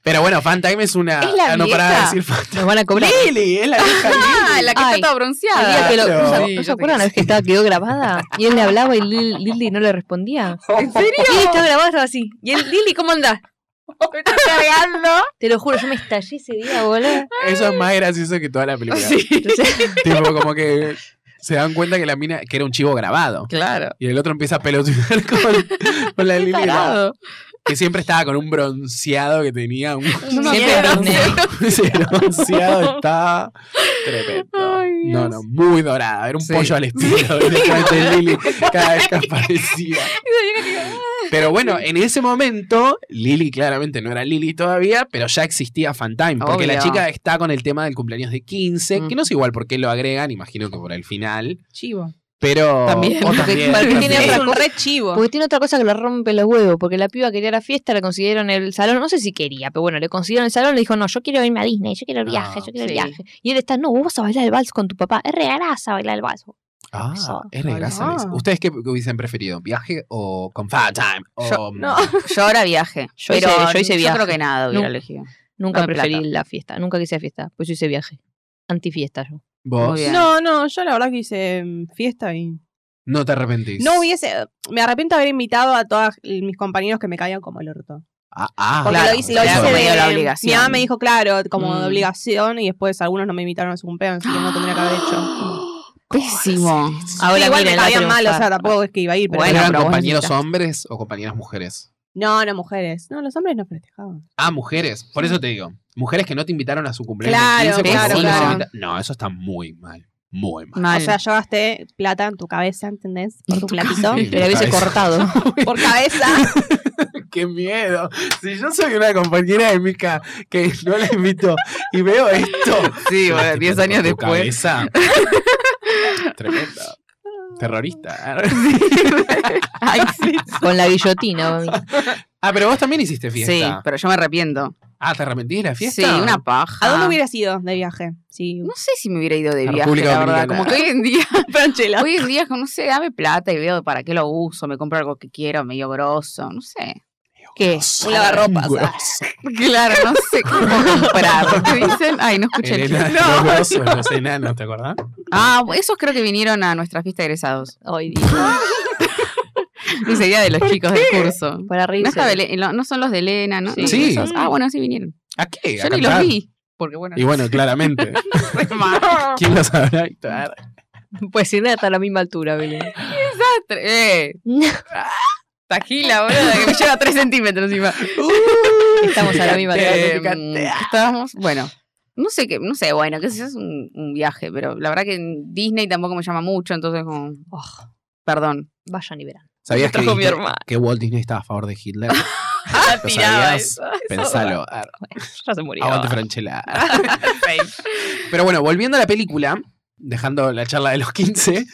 [SPEAKER 1] Pero bueno, Fan Time es una.
[SPEAKER 5] Es la
[SPEAKER 1] ah, no paraba de
[SPEAKER 5] vieja.
[SPEAKER 1] decir Fan Time.
[SPEAKER 4] Nos van a cobrar.
[SPEAKER 1] Lili, es la vieja
[SPEAKER 5] Ah,
[SPEAKER 1] Lili.
[SPEAKER 5] la que
[SPEAKER 4] Ay,
[SPEAKER 5] está toda
[SPEAKER 4] El
[SPEAKER 5] bronceada.
[SPEAKER 4] día que lo-
[SPEAKER 1] Claro.
[SPEAKER 4] ¿No se-
[SPEAKER 5] Sí,
[SPEAKER 4] no
[SPEAKER 5] yo
[SPEAKER 4] se
[SPEAKER 5] te
[SPEAKER 4] acuerdan la vez que estaba, quedó grabada? Y él le hablaba y Lil- Lili no le respondía.
[SPEAKER 5] ¿En serio?
[SPEAKER 4] Lili estaba grabada, estaba así. Y él, Lili, ¿cómo andás?
[SPEAKER 5] Me está cargando.
[SPEAKER 4] Te lo juro, yo me estallé ese día, boludo.
[SPEAKER 1] Eso es más gracioso que toda la película.
[SPEAKER 4] Entonces,
[SPEAKER 1] Tipo, como que se dan cuenta que la mina, que era un chivo grabado.
[SPEAKER 5] Claro.
[SPEAKER 1] Y el otro empieza a pelotear con, con la Lili. que- Que siempre estaba con un bronceado que tenía un.
[SPEAKER 5] No
[SPEAKER 4] Siempre
[SPEAKER 5] quiero.
[SPEAKER 4] Disney.
[SPEAKER 1] Ese bronceado estaba tremendo.
[SPEAKER 5] Ay, Dios.
[SPEAKER 1] no, no, muy dorada. Era un
[SPEAKER 5] Sí.
[SPEAKER 1] pollo al estilo directamente Lili cada vez que aparecía.
[SPEAKER 5] "Ah".
[SPEAKER 1] Pero bueno, en ese momento, Lili claramente no era Lili todavía, pero ya existía Fantime. Porque la
[SPEAKER 5] Obvio.
[SPEAKER 1] chica está con el tema del cumpleaños de 15, que
[SPEAKER 5] Mm.
[SPEAKER 1] no sé igual por qué lo agregan, imagino que por el final.
[SPEAKER 2] Chivo.
[SPEAKER 1] Pero.
[SPEAKER 5] También.
[SPEAKER 1] o
[SPEAKER 5] Porque-
[SPEAKER 1] también,
[SPEAKER 4] porque tiene
[SPEAKER 1] también.
[SPEAKER 2] Es
[SPEAKER 4] otra
[SPEAKER 2] un re chivo.
[SPEAKER 4] porque tiene otra cosa que le rompe los huevos. Porque la piba quería la fiesta, la consiguieron el salón. No sé si quería, pero bueno, le consiguieron el salón. Le dijo, no, yo quiero irme a Disney, yo quiero el viaje,
[SPEAKER 1] Ah,
[SPEAKER 4] yo quiero
[SPEAKER 5] sí.
[SPEAKER 4] el viaje. Y él está, no, vos vas a bailar el vals con tu papá. Es regalás a bailar el vals.
[SPEAKER 1] Ah,
[SPEAKER 4] Eso.
[SPEAKER 1] es de grasa,
[SPEAKER 2] Ah.
[SPEAKER 1] Liz. ¿Ustedes qué hubiesen preferido? ¿Viaje o con Fantime? O,
[SPEAKER 5] Yo-
[SPEAKER 2] no.
[SPEAKER 5] Yo ahora viaje.
[SPEAKER 4] Yo
[SPEAKER 5] pero
[SPEAKER 4] hice- yo hice viaje.
[SPEAKER 5] creo que nada hubiera
[SPEAKER 4] No.
[SPEAKER 5] elegido.
[SPEAKER 4] Nunca
[SPEAKER 5] Dame
[SPEAKER 4] preferí
[SPEAKER 5] plata.
[SPEAKER 4] la fiesta, nunca quise la fiesta, pues yo hice viaje. Antifiesta yo.
[SPEAKER 1] ¿Vos?
[SPEAKER 5] Muy bien.
[SPEAKER 2] No, no, yo la verdad que hice mm, fiesta y.
[SPEAKER 1] No te arrepentís.
[SPEAKER 2] No hubiese. Me arrepiento de haber invitado a todos mis compañeros que me caían como el orto.
[SPEAKER 1] Ah, ah,
[SPEAKER 2] Porque
[SPEAKER 5] claro,
[SPEAKER 2] lo hice, lo
[SPEAKER 5] claro,
[SPEAKER 2] hice
[SPEAKER 5] como medio
[SPEAKER 2] de
[SPEAKER 5] la obligación.
[SPEAKER 2] Mi mamá me dijo, claro, como
[SPEAKER 5] Mm.
[SPEAKER 2] de obligación, y después algunos no me invitaron a su cumpleaños, así que no tendría que haber hecho.
[SPEAKER 5] Pésimo.
[SPEAKER 2] Sí,
[SPEAKER 4] Ahora
[SPEAKER 2] igual
[SPEAKER 4] miren,
[SPEAKER 2] me
[SPEAKER 4] la
[SPEAKER 2] caían mal,
[SPEAKER 4] triunfada.
[SPEAKER 2] o sea, tampoco es que iba a ir, pero
[SPEAKER 5] Bueno,
[SPEAKER 1] ¿Eran
[SPEAKER 5] pero vos
[SPEAKER 1] compañeros
[SPEAKER 5] necesitas.
[SPEAKER 1] hombres o compañeras mujeres?
[SPEAKER 2] No, no, mujeres. No, los hombres no festejaban.
[SPEAKER 1] Ah, mujeres. Por eso te digo. Mujeres que no te invitaron a su cumpleaños.
[SPEAKER 2] Claro,
[SPEAKER 1] 15, porque
[SPEAKER 5] claro,
[SPEAKER 1] vos los
[SPEAKER 5] claro.
[SPEAKER 1] invita- No, eso está muy mal. Muy mal.
[SPEAKER 5] Mal.
[SPEAKER 2] O sea, yo gasté plata en tu cabeza, ¿entendés? Por tu platito.
[SPEAKER 1] cabeza.
[SPEAKER 4] Te la hubiese
[SPEAKER 1] Cabeza.
[SPEAKER 4] cortado.
[SPEAKER 2] Por cabeza.
[SPEAKER 1] ¡Qué miedo! Si yo soy una compañera de Mica que no la invito y veo esto.
[SPEAKER 5] Sí,
[SPEAKER 1] Yo,
[SPEAKER 5] bueno,
[SPEAKER 1] tipo,
[SPEAKER 5] 10
[SPEAKER 1] con
[SPEAKER 5] años
[SPEAKER 1] tu
[SPEAKER 5] después.
[SPEAKER 1] cabeza. Tremendo. Terrorista.
[SPEAKER 5] Ay, sí.
[SPEAKER 4] Con la guillotina. mami.
[SPEAKER 1] Ah, pero vos también hiciste
[SPEAKER 5] Sí,
[SPEAKER 1] fiesta.
[SPEAKER 5] pero yo me arrepiento.
[SPEAKER 1] Ah, ¿te arrepentís de la fiesta?
[SPEAKER 5] Sí, una paja.
[SPEAKER 2] ¿A dónde hubieras ido de viaje? Sí.
[SPEAKER 5] No sé si me hubiera ido de
[SPEAKER 1] A
[SPEAKER 5] viaje,
[SPEAKER 1] República
[SPEAKER 5] la verdad.
[SPEAKER 1] Dominicana.
[SPEAKER 5] Como que hoy en día,
[SPEAKER 2] Franchella.
[SPEAKER 5] hoy en día, como, no sé, dame plata y veo para qué lo uso, me compro algo que quiero, medio grosso, no sé.
[SPEAKER 4] ¿Qué?
[SPEAKER 1] Ah,
[SPEAKER 2] Un lavarropas.
[SPEAKER 1] Grosso.
[SPEAKER 5] Claro, no sé cómo comprar. ¿Qué dicen? Ay, no escuché.
[SPEAKER 1] El
[SPEAKER 5] el-
[SPEAKER 1] enano,
[SPEAKER 5] No.
[SPEAKER 1] los grosos, los enanos, ¿te acordás?
[SPEAKER 5] Ah, esos creo que vinieron a nuestra fiesta de egresados.
[SPEAKER 4] Ay, Dios.
[SPEAKER 5] No sería de los chicos del curso.
[SPEAKER 4] Para
[SPEAKER 5] No,
[SPEAKER 4] reírse.
[SPEAKER 5] está Belén- no- no son los de Elena, ¿no?
[SPEAKER 4] Sí.
[SPEAKER 5] ¿No son
[SPEAKER 1] Sí.
[SPEAKER 5] esos? Ah, bueno, sí vinieron.
[SPEAKER 1] ¿A qué?
[SPEAKER 5] Yo
[SPEAKER 1] ¿A
[SPEAKER 5] ni los
[SPEAKER 1] cantar?
[SPEAKER 5] vi. Porque bueno,
[SPEAKER 1] Y bueno, claramente. ¿Quién los sabrá actuar?
[SPEAKER 4] Pues si nada, está a la misma altura, Belén.
[SPEAKER 5] Ah, eh, tajila, boludo, que me lleva 3 centímetros encima.
[SPEAKER 4] Estamos a la misma
[SPEAKER 5] Eh,
[SPEAKER 4] altura.
[SPEAKER 1] Em,
[SPEAKER 5] estábamos- bueno, no sé qué, no sé, bueno, que es un, un viaje, pero la verdad que en Disney tampoco me llama mucho, entonces como,
[SPEAKER 4] Oh,
[SPEAKER 5] perdón.
[SPEAKER 4] vayan y verán.
[SPEAKER 1] ¿Sabías que,
[SPEAKER 4] trajo mi
[SPEAKER 1] Hitler-
[SPEAKER 4] hermana.
[SPEAKER 1] que Walt Disney estaba a favor de Hitler? ¿Lo
[SPEAKER 5] Ah, tiraba
[SPEAKER 1] sabías?
[SPEAKER 5] eso, eso,
[SPEAKER 1] Pensalo.
[SPEAKER 4] Ya se murió.
[SPEAKER 1] Aguante Franchella. Pero bueno, volviendo a la película, dejando la charla de los 15,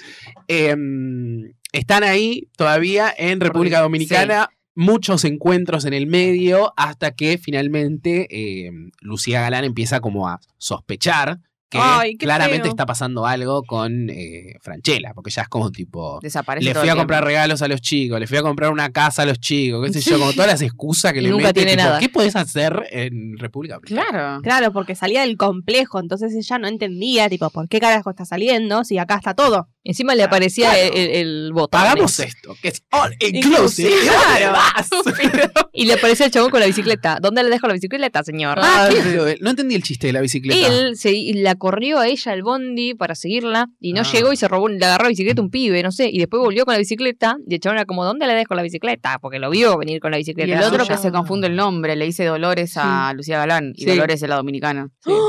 [SPEAKER 1] em, están ahí todavía en República Dominicana. Muchos encuentros en el medio hasta que finalmente em, Lucía Galán empieza como a sospechar que
[SPEAKER 2] Ay, qué
[SPEAKER 1] claramente
[SPEAKER 2] feo.
[SPEAKER 1] está pasando algo con eh, Franchella, porque ya es como tipo...
[SPEAKER 5] Desaparece.
[SPEAKER 1] Le
[SPEAKER 5] todo
[SPEAKER 1] fui
[SPEAKER 5] el
[SPEAKER 1] a comprar
[SPEAKER 5] tiempo.
[SPEAKER 1] regalos a los chicos, le fui a comprar una casa a los chicos, qué sé yo, como todas las excusas que le
[SPEAKER 4] Nunca
[SPEAKER 1] mete,
[SPEAKER 4] tiene
[SPEAKER 1] tipo,
[SPEAKER 4] nada.
[SPEAKER 1] ¿Qué podés hacer en República Dominicana?
[SPEAKER 5] Claro.
[SPEAKER 2] Claro, porque salía del complejo, entonces ella no entendía, tipo, ¿por qué carajo está saliendo si acá está todo?
[SPEAKER 4] Encima le aparecía
[SPEAKER 1] Claro.
[SPEAKER 4] el, el botón.
[SPEAKER 1] Pagamos esto, que es all inclusive. ¿Y dónde vas?
[SPEAKER 4] Y le aparecía el chabón con la bicicleta. ¿Dónde le dejo la bicicleta, señor?
[SPEAKER 1] Ah, ¿qué? No entendí el chiste de la bicicleta.
[SPEAKER 4] Él se, y la corrió a ella al bondi para seguirla y no
[SPEAKER 1] Ah.
[SPEAKER 4] llegó y se robó, le agarró la bicicleta a un pibe, no sé, y después volvió con la bicicleta y el chabón era como, ¿dónde le dejo la bicicleta? Porque lo vio venir con la bicicleta.
[SPEAKER 5] Y el otro
[SPEAKER 4] suya.
[SPEAKER 5] que se confunde el nombre, le dice Dolores a Lucía Galán y
[SPEAKER 4] Sí.
[SPEAKER 5] Dolores es la dominicana. Sí.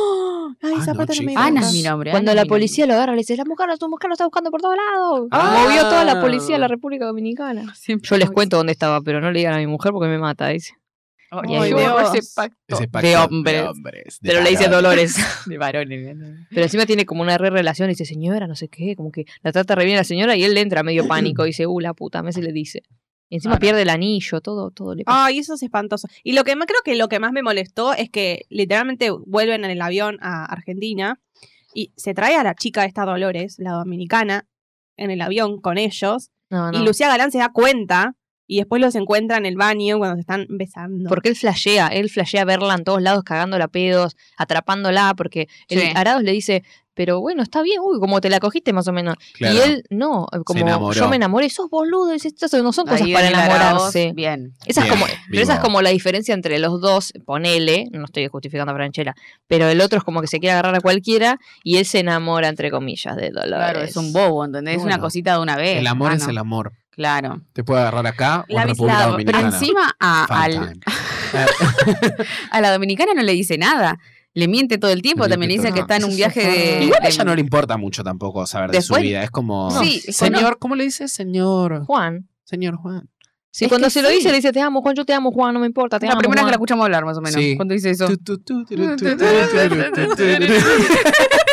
[SPEAKER 2] Ay,
[SPEAKER 1] Ah,
[SPEAKER 2] esa
[SPEAKER 1] no,
[SPEAKER 2] parte no me
[SPEAKER 1] chicos.
[SPEAKER 5] Ana
[SPEAKER 2] encanta.
[SPEAKER 5] es mi nombre.
[SPEAKER 4] Cuando
[SPEAKER 5] Ana
[SPEAKER 4] la
[SPEAKER 5] es mi nombre.
[SPEAKER 4] policía lo agarra, le dice, la mujer, la mujer lo está buscando por todos lados.
[SPEAKER 1] Ah.
[SPEAKER 4] Movió toda la policía de la República Dominicana.
[SPEAKER 5] Siempre
[SPEAKER 4] Yo les
[SPEAKER 5] voy-
[SPEAKER 4] cuento dónde estaba, pero no le digan a mi mujer porque me mata, dice.
[SPEAKER 5] Ay,
[SPEAKER 4] Y ahí
[SPEAKER 5] yo
[SPEAKER 4] voy.
[SPEAKER 5] borro ese pacto
[SPEAKER 1] Ese pacto
[SPEAKER 5] de hombres.
[SPEAKER 1] hombres, de
[SPEAKER 4] Pero le dice
[SPEAKER 1] varones.
[SPEAKER 4] Dolores.
[SPEAKER 5] De varones.
[SPEAKER 4] Pero encima tiene como una re relación, dice, señora, no sé qué, como que la trata re bien a la señora y él le entra medio pánico, dice, uh, la puta, Messi le dice. Y encima pierde el anillo, todo, todo le pasa.
[SPEAKER 2] Ay, eso es espantoso. Y lo que más creo que lo que más me molestó es que literalmente vuelven en el avión a Argentina y se trae a la chica esta Dolores, la dominicana, en el avión con ellos.
[SPEAKER 4] Ah, No,
[SPEAKER 2] Y
[SPEAKER 4] no.
[SPEAKER 2] Lucía Galán se da cuenta y después los encuentra en el baño cuando se están besando.
[SPEAKER 4] Porque él flashea, él flashea verla en todos lados, cagándola a pedos, atrapándola, porque el
[SPEAKER 5] Sí.
[SPEAKER 4] Arados le dice, pero bueno, está bien, uy, como te la cogiste más o menos.
[SPEAKER 1] Claro.
[SPEAKER 4] Y él, no, como
[SPEAKER 1] enamoró.
[SPEAKER 4] yo me enamoré, sos boludo, dice, "Estas no son cosas
[SPEAKER 5] Ahí
[SPEAKER 4] para
[SPEAKER 5] Daniel Araoz,
[SPEAKER 4] enamorarse.
[SPEAKER 5] Bien.
[SPEAKER 4] Esa es
[SPEAKER 1] Bien,
[SPEAKER 4] como, pero esa es
[SPEAKER 1] vivo.
[SPEAKER 4] como la diferencia entre los dos, ponele, no estoy justificando a Franchella, pero el otro es como que se quiere agarrar a cualquiera y él se enamora, entre comillas, de Dolores.
[SPEAKER 5] Claro, es un bobo, ¿entendés? Es una
[SPEAKER 1] Bueno.
[SPEAKER 5] cosita de una vez.
[SPEAKER 1] El amor es
[SPEAKER 5] hermano.
[SPEAKER 1] el amor.
[SPEAKER 5] Claro.
[SPEAKER 1] Te puede agarrar acá o
[SPEAKER 2] La
[SPEAKER 1] en República
[SPEAKER 2] bislava,
[SPEAKER 5] Pero
[SPEAKER 1] Dominicana.
[SPEAKER 5] encima a,
[SPEAKER 1] Fun
[SPEAKER 5] al-
[SPEAKER 1] time.
[SPEAKER 5] a la dominicana no le dice nada. Le miente todo el tiempo.
[SPEAKER 1] Le
[SPEAKER 5] También le
[SPEAKER 1] miente
[SPEAKER 5] dice
[SPEAKER 1] todo
[SPEAKER 5] que
[SPEAKER 1] el
[SPEAKER 5] está en un
[SPEAKER 4] tiempo.
[SPEAKER 5] viaje de.
[SPEAKER 1] Igual a
[SPEAKER 5] de-
[SPEAKER 1] ella no le importa mucho tampoco saber de su
[SPEAKER 5] Después-
[SPEAKER 1] vida. Es como.
[SPEAKER 4] No.
[SPEAKER 5] Sí,
[SPEAKER 1] Señor, ¿cómo le dice señor?
[SPEAKER 4] Juan.
[SPEAKER 1] Señor Juan.
[SPEAKER 4] Si
[SPEAKER 5] Es
[SPEAKER 4] cuando
[SPEAKER 5] que
[SPEAKER 4] se lo
[SPEAKER 5] sí.
[SPEAKER 4] dice, le dice, te amo, Juan, yo te amo, Juan, no me importa, te
[SPEAKER 5] la
[SPEAKER 4] amo,
[SPEAKER 5] primera que la
[SPEAKER 4] Juan".
[SPEAKER 5] escuchamos hablar, más o menos.
[SPEAKER 1] Sí.
[SPEAKER 5] Cuando dice eso.
[SPEAKER 1] Tu, tu, tu, tu, tu, tu, tu, tu, tu, tu, tu.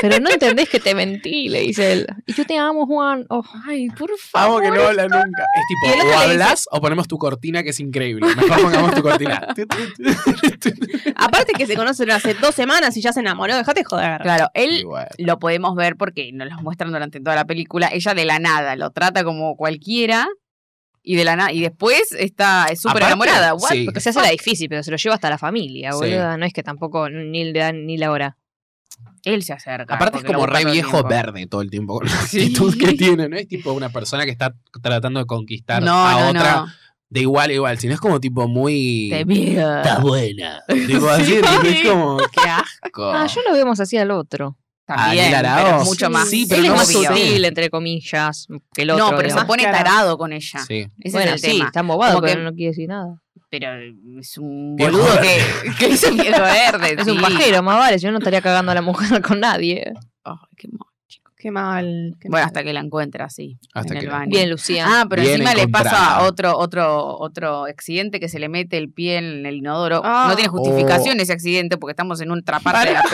[SPEAKER 4] Pero no entendés que te mentí, le dice él. Y yo te amo, Juan. Oh,
[SPEAKER 5] Ay, por
[SPEAKER 1] Vamos
[SPEAKER 5] favor.
[SPEAKER 1] que no habla nunca. Es
[SPEAKER 5] Y
[SPEAKER 1] tipo,
[SPEAKER 5] el otro
[SPEAKER 1] o
[SPEAKER 5] le dice-
[SPEAKER 1] hablas o ponemos tu cortina que es increíble. Mejor pongamos tu cortina. Tu, tu, tu.
[SPEAKER 2] Aparte que se conocen hace dos semanas y ya se enamoró, déjate joder.
[SPEAKER 5] Claro,
[SPEAKER 1] Y
[SPEAKER 5] él
[SPEAKER 1] bueno,
[SPEAKER 5] lo podemos ver porque nos lo muestran durante toda la película. Ella de la nada lo trata como cualquiera. Y de la nada. Y después está es súper
[SPEAKER 1] Aparte,
[SPEAKER 5] enamorada. What?
[SPEAKER 1] sí.
[SPEAKER 4] porque se hace la difícil, pero se lo lleva hasta la familia,
[SPEAKER 1] Sí.
[SPEAKER 4] boluda. No es que tampoco ni le dan ni la hora.
[SPEAKER 5] Él se acerca.
[SPEAKER 1] Aparte es
[SPEAKER 5] porque lo
[SPEAKER 1] como
[SPEAKER 5] busca
[SPEAKER 1] re
[SPEAKER 5] todo el
[SPEAKER 1] viejo
[SPEAKER 5] tiempo.
[SPEAKER 1] verde todo el tiempo con la
[SPEAKER 5] Sí.
[SPEAKER 1] actitud que tiene, ¿no? Es tipo una persona que está tratando de conquistar a
[SPEAKER 5] No, no,
[SPEAKER 1] otra
[SPEAKER 5] no.
[SPEAKER 1] de igual a igual, sino es como tipo muy...
[SPEAKER 5] Te mira.
[SPEAKER 1] Estás buena. Tipo así,
[SPEAKER 5] Sí.
[SPEAKER 1] tipo, es como, qué asco.
[SPEAKER 4] Ah, yo lo vemos así al otro.
[SPEAKER 5] También,
[SPEAKER 1] Daniel
[SPEAKER 5] pero
[SPEAKER 1] Araoz.
[SPEAKER 5] mucho más.
[SPEAKER 1] Sí, pero
[SPEAKER 4] él
[SPEAKER 1] no
[SPEAKER 4] es más
[SPEAKER 1] obvio.
[SPEAKER 4] sutil, entre comillas, que el otro.
[SPEAKER 5] no, pero se
[SPEAKER 4] digamos.
[SPEAKER 5] pone
[SPEAKER 2] Claro.
[SPEAKER 5] tarado con ella.
[SPEAKER 1] Sí.
[SPEAKER 5] Ese es
[SPEAKER 4] bueno,
[SPEAKER 5] el
[SPEAKER 4] sí,
[SPEAKER 5] tema.
[SPEAKER 4] está embobado,
[SPEAKER 5] Como
[SPEAKER 4] pero
[SPEAKER 5] que-
[SPEAKER 4] no quiere decir nada.
[SPEAKER 5] Pero es un
[SPEAKER 1] Viejo
[SPEAKER 5] boludo
[SPEAKER 1] verde.
[SPEAKER 5] que, que es un viejo verde.
[SPEAKER 4] Es un
[SPEAKER 5] sí.
[SPEAKER 4] pajero, más vale. Yo no estaría cagando a la mujer con nadie.
[SPEAKER 5] Ay, qué mo-
[SPEAKER 2] Qué mal. qué
[SPEAKER 5] bueno,
[SPEAKER 2] mal.
[SPEAKER 5] hasta que la encuentra así.
[SPEAKER 1] Hasta
[SPEAKER 5] en
[SPEAKER 1] que
[SPEAKER 5] el
[SPEAKER 1] la-
[SPEAKER 5] baño.
[SPEAKER 4] Bien, Lucía.
[SPEAKER 5] Ah, pero
[SPEAKER 1] Bien
[SPEAKER 5] encima le pasa
[SPEAKER 1] encontrada.
[SPEAKER 5] otro, otro, otro accidente que se le mete el pie en el inodoro.
[SPEAKER 2] Ah.
[SPEAKER 5] No tiene
[SPEAKER 1] Oh.
[SPEAKER 5] justificación ese accidente porque estamos en otra parte de la.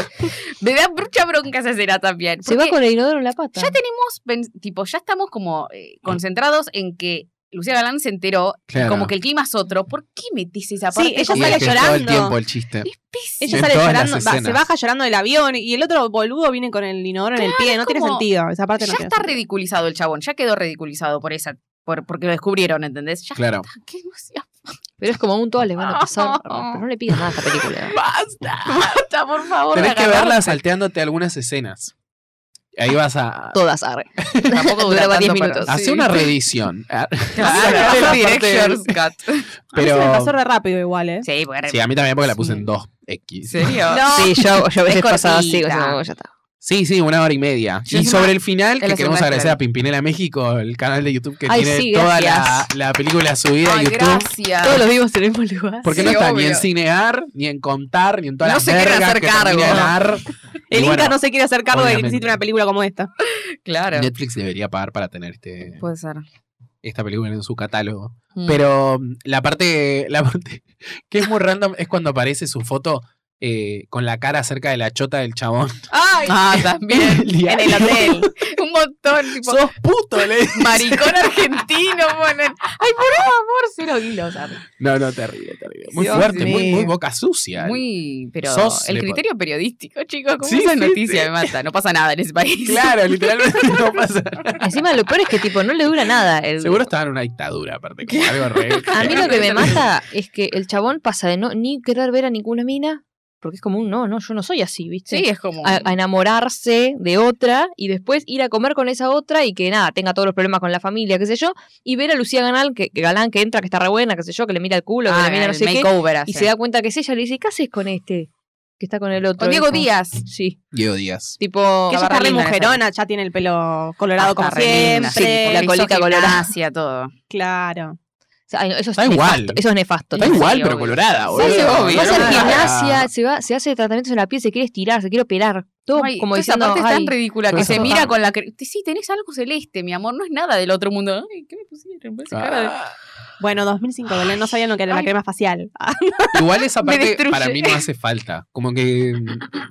[SPEAKER 5] Me da mucha bronca esa será también.
[SPEAKER 4] se va
[SPEAKER 5] porque-
[SPEAKER 4] con el inodoro en la pata.
[SPEAKER 5] Ya tenemos, pen- tipo, ya estamos como eh, concentrados en que Lucía Galán se enteró, y
[SPEAKER 1] Claro.
[SPEAKER 5] como que el clima es otro. ¿Por qué metís esa
[SPEAKER 2] Sí,
[SPEAKER 5] parte?
[SPEAKER 2] ella
[SPEAKER 5] como-
[SPEAKER 1] Y
[SPEAKER 2] sale
[SPEAKER 1] es que es todo el
[SPEAKER 2] llorando.
[SPEAKER 1] tiempo el chiste.
[SPEAKER 5] Es pésimo.
[SPEAKER 2] Ella
[SPEAKER 1] en
[SPEAKER 2] sale
[SPEAKER 1] todas
[SPEAKER 2] llorando,
[SPEAKER 1] las
[SPEAKER 2] va- se
[SPEAKER 1] escenas.
[SPEAKER 2] baja llorando del avión y el otro boludo viene con el inodoro en el pie. No tiene
[SPEAKER 5] como-
[SPEAKER 2] sentido. Esa parte no
[SPEAKER 5] ya
[SPEAKER 2] tiene
[SPEAKER 5] está
[SPEAKER 2] sentido.
[SPEAKER 5] ridiculizado el chabón, ya quedó ridiculizado por esa, por, porque lo descubrieron, ¿entendés? Ya
[SPEAKER 1] Claro.
[SPEAKER 5] está, qué emoción.
[SPEAKER 4] Pero es como un todas les van a pasar. Pero no le pidan nada a esta película.
[SPEAKER 5] Basta, por favor.
[SPEAKER 1] Tenés
[SPEAKER 5] la
[SPEAKER 1] que
[SPEAKER 5] agarrá.
[SPEAKER 1] verla salteándote algunas escenas. Ahí vas a
[SPEAKER 4] Todas arre.
[SPEAKER 5] Tampoco
[SPEAKER 4] Duraba
[SPEAKER 5] dura
[SPEAKER 4] 10
[SPEAKER 5] 10
[SPEAKER 4] minutos.
[SPEAKER 5] minutos.
[SPEAKER 1] hacer una reedición.
[SPEAKER 5] Claro,
[SPEAKER 1] la parte
[SPEAKER 5] director's
[SPEAKER 1] del-
[SPEAKER 5] cut.
[SPEAKER 2] A mí se me pasó
[SPEAKER 1] Pero
[SPEAKER 2] re rápido igual, ¿eh?
[SPEAKER 5] Sí, porque
[SPEAKER 1] sí, a mí también porque la puse
[SPEAKER 5] Sí.
[SPEAKER 1] en 2X.
[SPEAKER 5] ¿En serio?
[SPEAKER 4] Sí, yo, yo a veces
[SPEAKER 5] Es
[SPEAKER 4] pasaba así.
[SPEAKER 5] cortita.
[SPEAKER 4] o sea, no, ya está.
[SPEAKER 1] Sí, sí, una hora y media.
[SPEAKER 5] Sí,
[SPEAKER 1] y
[SPEAKER 5] encima,
[SPEAKER 1] sobre el final,
[SPEAKER 5] en
[SPEAKER 1] que
[SPEAKER 5] la
[SPEAKER 1] queremos
[SPEAKER 5] segunda,
[SPEAKER 1] agradecer
[SPEAKER 5] claro.
[SPEAKER 1] a Pimpinela México, el canal de YouTube que
[SPEAKER 4] Ay,
[SPEAKER 1] tiene
[SPEAKER 4] sí,
[SPEAKER 1] toda la,
[SPEAKER 4] gracias.
[SPEAKER 1] la película subida a
[SPEAKER 5] Ay,
[SPEAKER 1] YouTube.
[SPEAKER 5] gracias.
[SPEAKER 4] Todos los vivos en el mismo lugar.
[SPEAKER 1] Porque
[SPEAKER 5] Sí,
[SPEAKER 1] no está ni
[SPEAKER 5] obvio.
[SPEAKER 1] en cinear, ni en contar, ni en todas
[SPEAKER 5] No
[SPEAKER 1] las
[SPEAKER 5] se quieren
[SPEAKER 1] vergas
[SPEAKER 5] hacer
[SPEAKER 1] que
[SPEAKER 5] cargo.
[SPEAKER 1] termina en ar. Y
[SPEAKER 2] El Inca
[SPEAKER 1] bueno,
[SPEAKER 2] no se quiere hacer cargo de que
[SPEAKER 1] obviamente.
[SPEAKER 2] existe una película como esta.
[SPEAKER 5] Claro.
[SPEAKER 1] Netflix debería pagar para tener este,
[SPEAKER 5] Puede ser.
[SPEAKER 1] esta película en su catálogo.
[SPEAKER 5] Mm.
[SPEAKER 1] Pero mm, la parte, la parte que es muy random es cuando aparece su foto eh, con la cara cerca de la chota del chabón.
[SPEAKER 5] Ay, ah, también.
[SPEAKER 1] En el
[SPEAKER 5] hotel. Un montón, tipo,
[SPEAKER 1] ¡Sos puto! Le dice.
[SPEAKER 5] maricón argentino, ponen. Ay, por amor, cero hilos. ¿sabes?
[SPEAKER 1] No, no, terrible, terrible. Muy
[SPEAKER 5] Dios
[SPEAKER 1] fuerte, muy,
[SPEAKER 5] mío.
[SPEAKER 1] muy boca sucia.
[SPEAKER 5] Muy, pero
[SPEAKER 1] Sos
[SPEAKER 5] el
[SPEAKER 1] le-
[SPEAKER 5] criterio periodístico, chicos, como
[SPEAKER 1] Sí,
[SPEAKER 5] esa
[SPEAKER 1] sí,
[SPEAKER 5] noticia
[SPEAKER 1] sí.
[SPEAKER 5] me mata. No pasa nada en ese país.
[SPEAKER 1] Claro, literalmente no pasa nada.
[SPEAKER 4] Encima lo peor es que tipo no le dura nada. el-
[SPEAKER 1] Seguro estaba en una dictadura, aparte, como algo re.
[SPEAKER 4] A mí lo que me mata es que el chabón pasa de no ni querer ver a ninguna mina, porque es como un no, no, yo no soy así, ¿viste?
[SPEAKER 5] Sí, es como.
[SPEAKER 4] A, a enamorarse de otra y después ir a comer con esa otra y que nada, tenga todos los problemas con la familia, qué sé yo, y ver a Lucía Galán que, que Galán que entra, que está re buena, qué sé yo, que le mira el culo, que
[SPEAKER 5] Ah,
[SPEAKER 4] le mira no
[SPEAKER 5] el
[SPEAKER 4] sé qué,
[SPEAKER 5] makeover
[SPEAKER 4] y
[SPEAKER 5] hace.
[SPEAKER 4] se da cuenta que es ella, le dice, ¿qué haces con este? Que está con el otro.
[SPEAKER 5] Con Diego
[SPEAKER 4] Es como-
[SPEAKER 5] Díaz.
[SPEAKER 4] Sí.
[SPEAKER 1] Diego Díaz.
[SPEAKER 4] Tipo,
[SPEAKER 2] Que ella
[SPEAKER 5] barra
[SPEAKER 2] está re
[SPEAKER 5] linda en esa.
[SPEAKER 2] mujerona, ya tiene el pelo colorado
[SPEAKER 5] Hasta
[SPEAKER 2] como
[SPEAKER 5] re linda,
[SPEAKER 2] siempre.
[SPEAKER 5] sí,
[SPEAKER 4] la colita colorada.
[SPEAKER 5] Hacia todo.
[SPEAKER 2] Claro.
[SPEAKER 4] o sea, ay, no, eso es
[SPEAKER 1] Está igual.
[SPEAKER 4] nefasto, Eso es nefasto.
[SPEAKER 1] Está
[SPEAKER 4] Sí,
[SPEAKER 1] igual, pero
[SPEAKER 4] obvio.
[SPEAKER 1] colorada,
[SPEAKER 5] Sí,
[SPEAKER 1] boludo.
[SPEAKER 5] obvio.
[SPEAKER 4] Va a hacer
[SPEAKER 5] Colorada.
[SPEAKER 4] gimnasia, se, va, se hace tratamientos en la piel, se quiere estirar, se quiere operar. Todo
[SPEAKER 5] Ay,
[SPEAKER 4] como
[SPEAKER 5] toda esa
[SPEAKER 4] diciendo.
[SPEAKER 5] parte es tan
[SPEAKER 4] "Ay,
[SPEAKER 5] ridícula que
[SPEAKER 1] Pero
[SPEAKER 5] se
[SPEAKER 1] eso-
[SPEAKER 5] mira con la. cre- Sí, tenés algo celeste, mi amor. No es nada del otro mundo. Ay, ¿qué me pusieron? Esa cara de-
[SPEAKER 1] Ah.
[SPEAKER 2] Bueno, 2005, Belén, no sabían lo que era
[SPEAKER 5] Ay.
[SPEAKER 2] la crema facial. Ah,
[SPEAKER 1] Igual esa
[SPEAKER 5] Me
[SPEAKER 1] parte
[SPEAKER 5] destruye.
[SPEAKER 1] para mí no hace falta. Como que.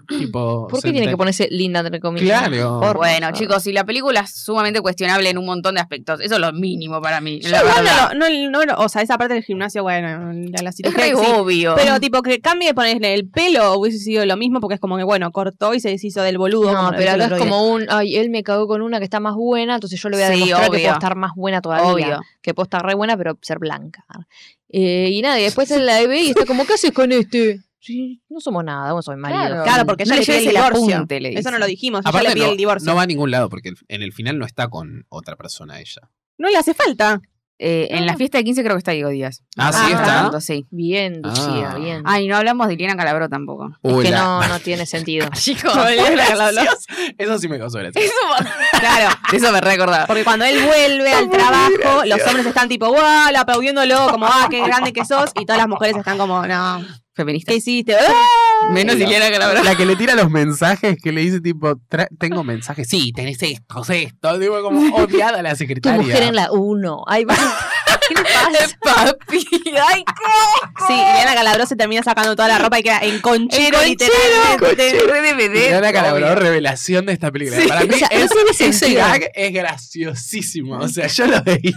[SPEAKER 1] tipo,
[SPEAKER 4] ¿Por
[SPEAKER 1] se
[SPEAKER 4] qué tiene que
[SPEAKER 1] enten-
[SPEAKER 4] ponerse linda entre comillas?
[SPEAKER 1] Claro.
[SPEAKER 4] Por
[SPEAKER 5] Bueno,
[SPEAKER 4] favor.
[SPEAKER 5] chicos, y la película es sumamente cuestionable en un montón de aspectos. Eso es lo mínimo para mí.
[SPEAKER 2] Yo
[SPEAKER 5] la
[SPEAKER 2] igual
[SPEAKER 5] verdad.
[SPEAKER 2] no, lo- no- no- o sea, esa parte del gimnasio, bueno, la, la
[SPEAKER 5] Es re
[SPEAKER 2] cirugía que sí.
[SPEAKER 5] obvio.
[SPEAKER 2] Pero tipo que cambie y ponerle el pelo hubiese sido lo mismo porque es como que bueno, cortó y se deshizo del boludo.
[SPEAKER 4] No,
[SPEAKER 2] como lo
[SPEAKER 4] pero
[SPEAKER 2] hizo el
[SPEAKER 4] acá
[SPEAKER 2] otro
[SPEAKER 4] es
[SPEAKER 2] día.
[SPEAKER 4] como un, ay, él me cagó con una que está más buena, entonces yo le voy a
[SPEAKER 5] Sí,
[SPEAKER 4] demostrar
[SPEAKER 5] obvio.
[SPEAKER 4] que puedo estar más buena todavía.
[SPEAKER 5] Obvio.
[SPEAKER 4] Que puedo estar re buena, pero ser blanca. Eh, y nada, y después él la ve y está como, ¿qué haces con este? Sí, no somos nada, no somos marido.
[SPEAKER 5] Claro.
[SPEAKER 2] Claro, porque ya
[SPEAKER 5] No
[SPEAKER 2] le pide
[SPEAKER 5] lleves
[SPEAKER 2] el
[SPEAKER 5] el
[SPEAKER 2] divorcio.
[SPEAKER 5] apunte, le
[SPEAKER 2] Eso no
[SPEAKER 5] dice.
[SPEAKER 2] lo dijimos, ella
[SPEAKER 1] Aparte,
[SPEAKER 2] le pide
[SPEAKER 1] no,
[SPEAKER 2] el divorcio.
[SPEAKER 1] no
[SPEAKER 2] No,
[SPEAKER 1] va a ningún lado porque el- en el final no está con otra persona ella.
[SPEAKER 2] le hace falta.
[SPEAKER 5] Eh, En la
[SPEAKER 4] Ah.
[SPEAKER 5] fiesta de 15 creo que está Diego Díaz.
[SPEAKER 1] Ah,
[SPEAKER 2] sí,
[SPEAKER 5] Mientras
[SPEAKER 2] está.
[SPEAKER 5] tanto, sí.
[SPEAKER 4] Bien, Lucía,
[SPEAKER 1] Ah.
[SPEAKER 4] bien.
[SPEAKER 5] Ay, no hablamos de Liliana Calabró tampoco.
[SPEAKER 4] es
[SPEAKER 1] Uy,
[SPEAKER 4] que
[SPEAKER 1] la-
[SPEAKER 4] no, no tiene sentido.
[SPEAKER 5] Chicos,
[SPEAKER 1] Eso sí me causó gracia.
[SPEAKER 5] claro, eso me recordaba.
[SPEAKER 2] Porque cuando él vuelve al trabajo, los hombres están tipo, wow, aplaudiéndolo, como, ah, qué grande que sos. Y todas las mujeres están como, no,
[SPEAKER 5] Feminista.
[SPEAKER 2] ¿qué hiciste? ¡Ah!
[SPEAKER 5] Menos Liliana Calabró.
[SPEAKER 1] La que le tira los mensajes, que le dice tipo, "Tra- tengo mensajes, sí, tenés esto, esto. Digo, como odiada la
[SPEAKER 4] Tu
[SPEAKER 1] secretaria.
[SPEAKER 4] mujer en la 1. Ay, va. ¿Qué le pasa?
[SPEAKER 5] Papi, ay,
[SPEAKER 2] Sí, Liliana Calabró se termina sacando toda la ropa y queda en conchero,
[SPEAKER 5] En conchero,
[SPEAKER 2] literalmente.
[SPEAKER 5] re DVD.
[SPEAKER 1] Liliana Calabró,
[SPEAKER 5] obvio.
[SPEAKER 1] revelación de esta película. Para mí,
[SPEAKER 4] O sea, no
[SPEAKER 1] es-
[SPEAKER 4] tiene
[SPEAKER 1] ese
[SPEAKER 4] sentido.
[SPEAKER 1] gag es graciosísimo. O sea, yo lo veía.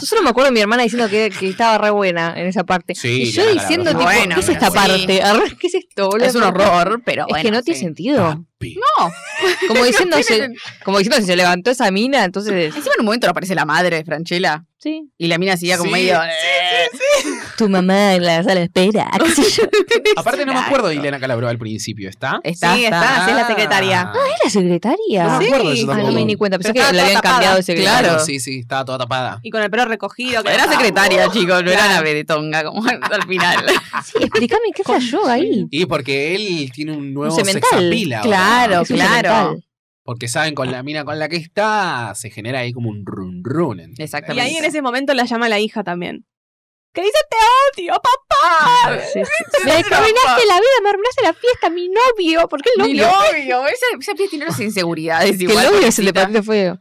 [SPEAKER 4] Yo solo me acuerdo de mi hermana diciendo que, que estaba re buena en esa parte.
[SPEAKER 1] Sí,
[SPEAKER 4] y yo
[SPEAKER 1] Liliana
[SPEAKER 4] diciendo, tipo,
[SPEAKER 5] Calabró. Bueno,
[SPEAKER 4] ¿qué es
[SPEAKER 5] pero
[SPEAKER 4] esta
[SPEAKER 5] sí.
[SPEAKER 4] parte? Arre, ¿Qué es esto, boludo?
[SPEAKER 5] Es un horror, pero
[SPEAKER 4] Es
[SPEAKER 5] bueno.
[SPEAKER 4] que no tiene
[SPEAKER 5] sí.
[SPEAKER 4] sentido.
[SPEAKER 1] Papi.
[SPEAKER 5] No,
[SPEAKER 4] Como diciendo,
[SPEAKER 5] tiene
[SPEAKER 4] se- como diciendo, si se levantó esa mina, entonces.
[SPEAKER 5] encima en un momento aparece la madre de Franchella
[SPEAKER 4] Sí.
[SPEAKER 5] y la mina seguía como
[SPEAKER 1] Sí,
[SPEAKER 5] medio. "Eh,
[SPEAKER 1] sí,
[SPEAKER 4] Tu mamá en la sala de espera. qué sé yo.
[SPEAKER 1] Aparte, no me acuerdo de Liliana Calabró al principio, ¿está?
[SPEAKER 5] Está,
[SPEAKER 2] Sí,
[SPEAKER 5] está.
[SPEAKER 2] está. Ah, sí, es la secretaria.
[SPEAKER 1] Ah,
[SPEAKER 4] ¿Es la secretaria?
[SPEAKER 1] No me acuerdo de eso
[SPEAKER 4] Ah, no
[SPEAKER 1] tampoco.
[SPEAKER 4] me di ni cuenta. Pensé
[SPEAKER 2] Pero
[SPEAKER 4] que le
[SPEAKER 2] estaba
[SPEAKER 4] habían
[SPEAKER 2] tapada.
[SPEAKER 4] cambiado de secretaria.
[SPEAKER 5] Claro.
[SPEAKER 1] Sí, sí, estaba toda tapada.
[SPEAKER 2] Y con el pelo recogido. que
[SPEAKER 5] Era
[SPEAKER 2] estaba-
[SPEAKER 5] secretaria, chicos, no era la vedetonga como al final.
[SPEAKER 4] Sí, explícame qué falló ahí.
[SPEAKER 1] Y porque él tiene un
[SPEAKER 4] Un
[SPEAKER 1] nuevo
[SPEAKER 4] cemental.
[SPEAKER 1] sexapil ahora.
[SPEAKER 5] Claro,
[SPEAKER 4] Es un
[SPEAKER 5] claro.
[SPEAKER 4] cemental.
[SPEAKER 1] Porque saben, con la mina con la que está, se genera ahí como un run run. ¿entendés?
[SPEAKER 5] Exactamente.
[SPEAKER 2] Y ahí en ese momento la llama la hija también. Que dice, te odio, papá.
[SPEAKER 4] Sí, sí. Me arruinaste la vida, me arruinaste la fiesta, mi novio. ¿Por qué el
[SPEAKER 5] Mi
[SPEAKER 4] novio?
[SPEAKER 5] novio, esa, esa piel tiene unas inseguridades
[SPEAKER 4] Que
[SPEAKER 5] igual.
[SPEAKER 4] el novio Ah, es el de
[SPEAKER 5] pobrecita.
[SPEAKER 4] Patente Fuego.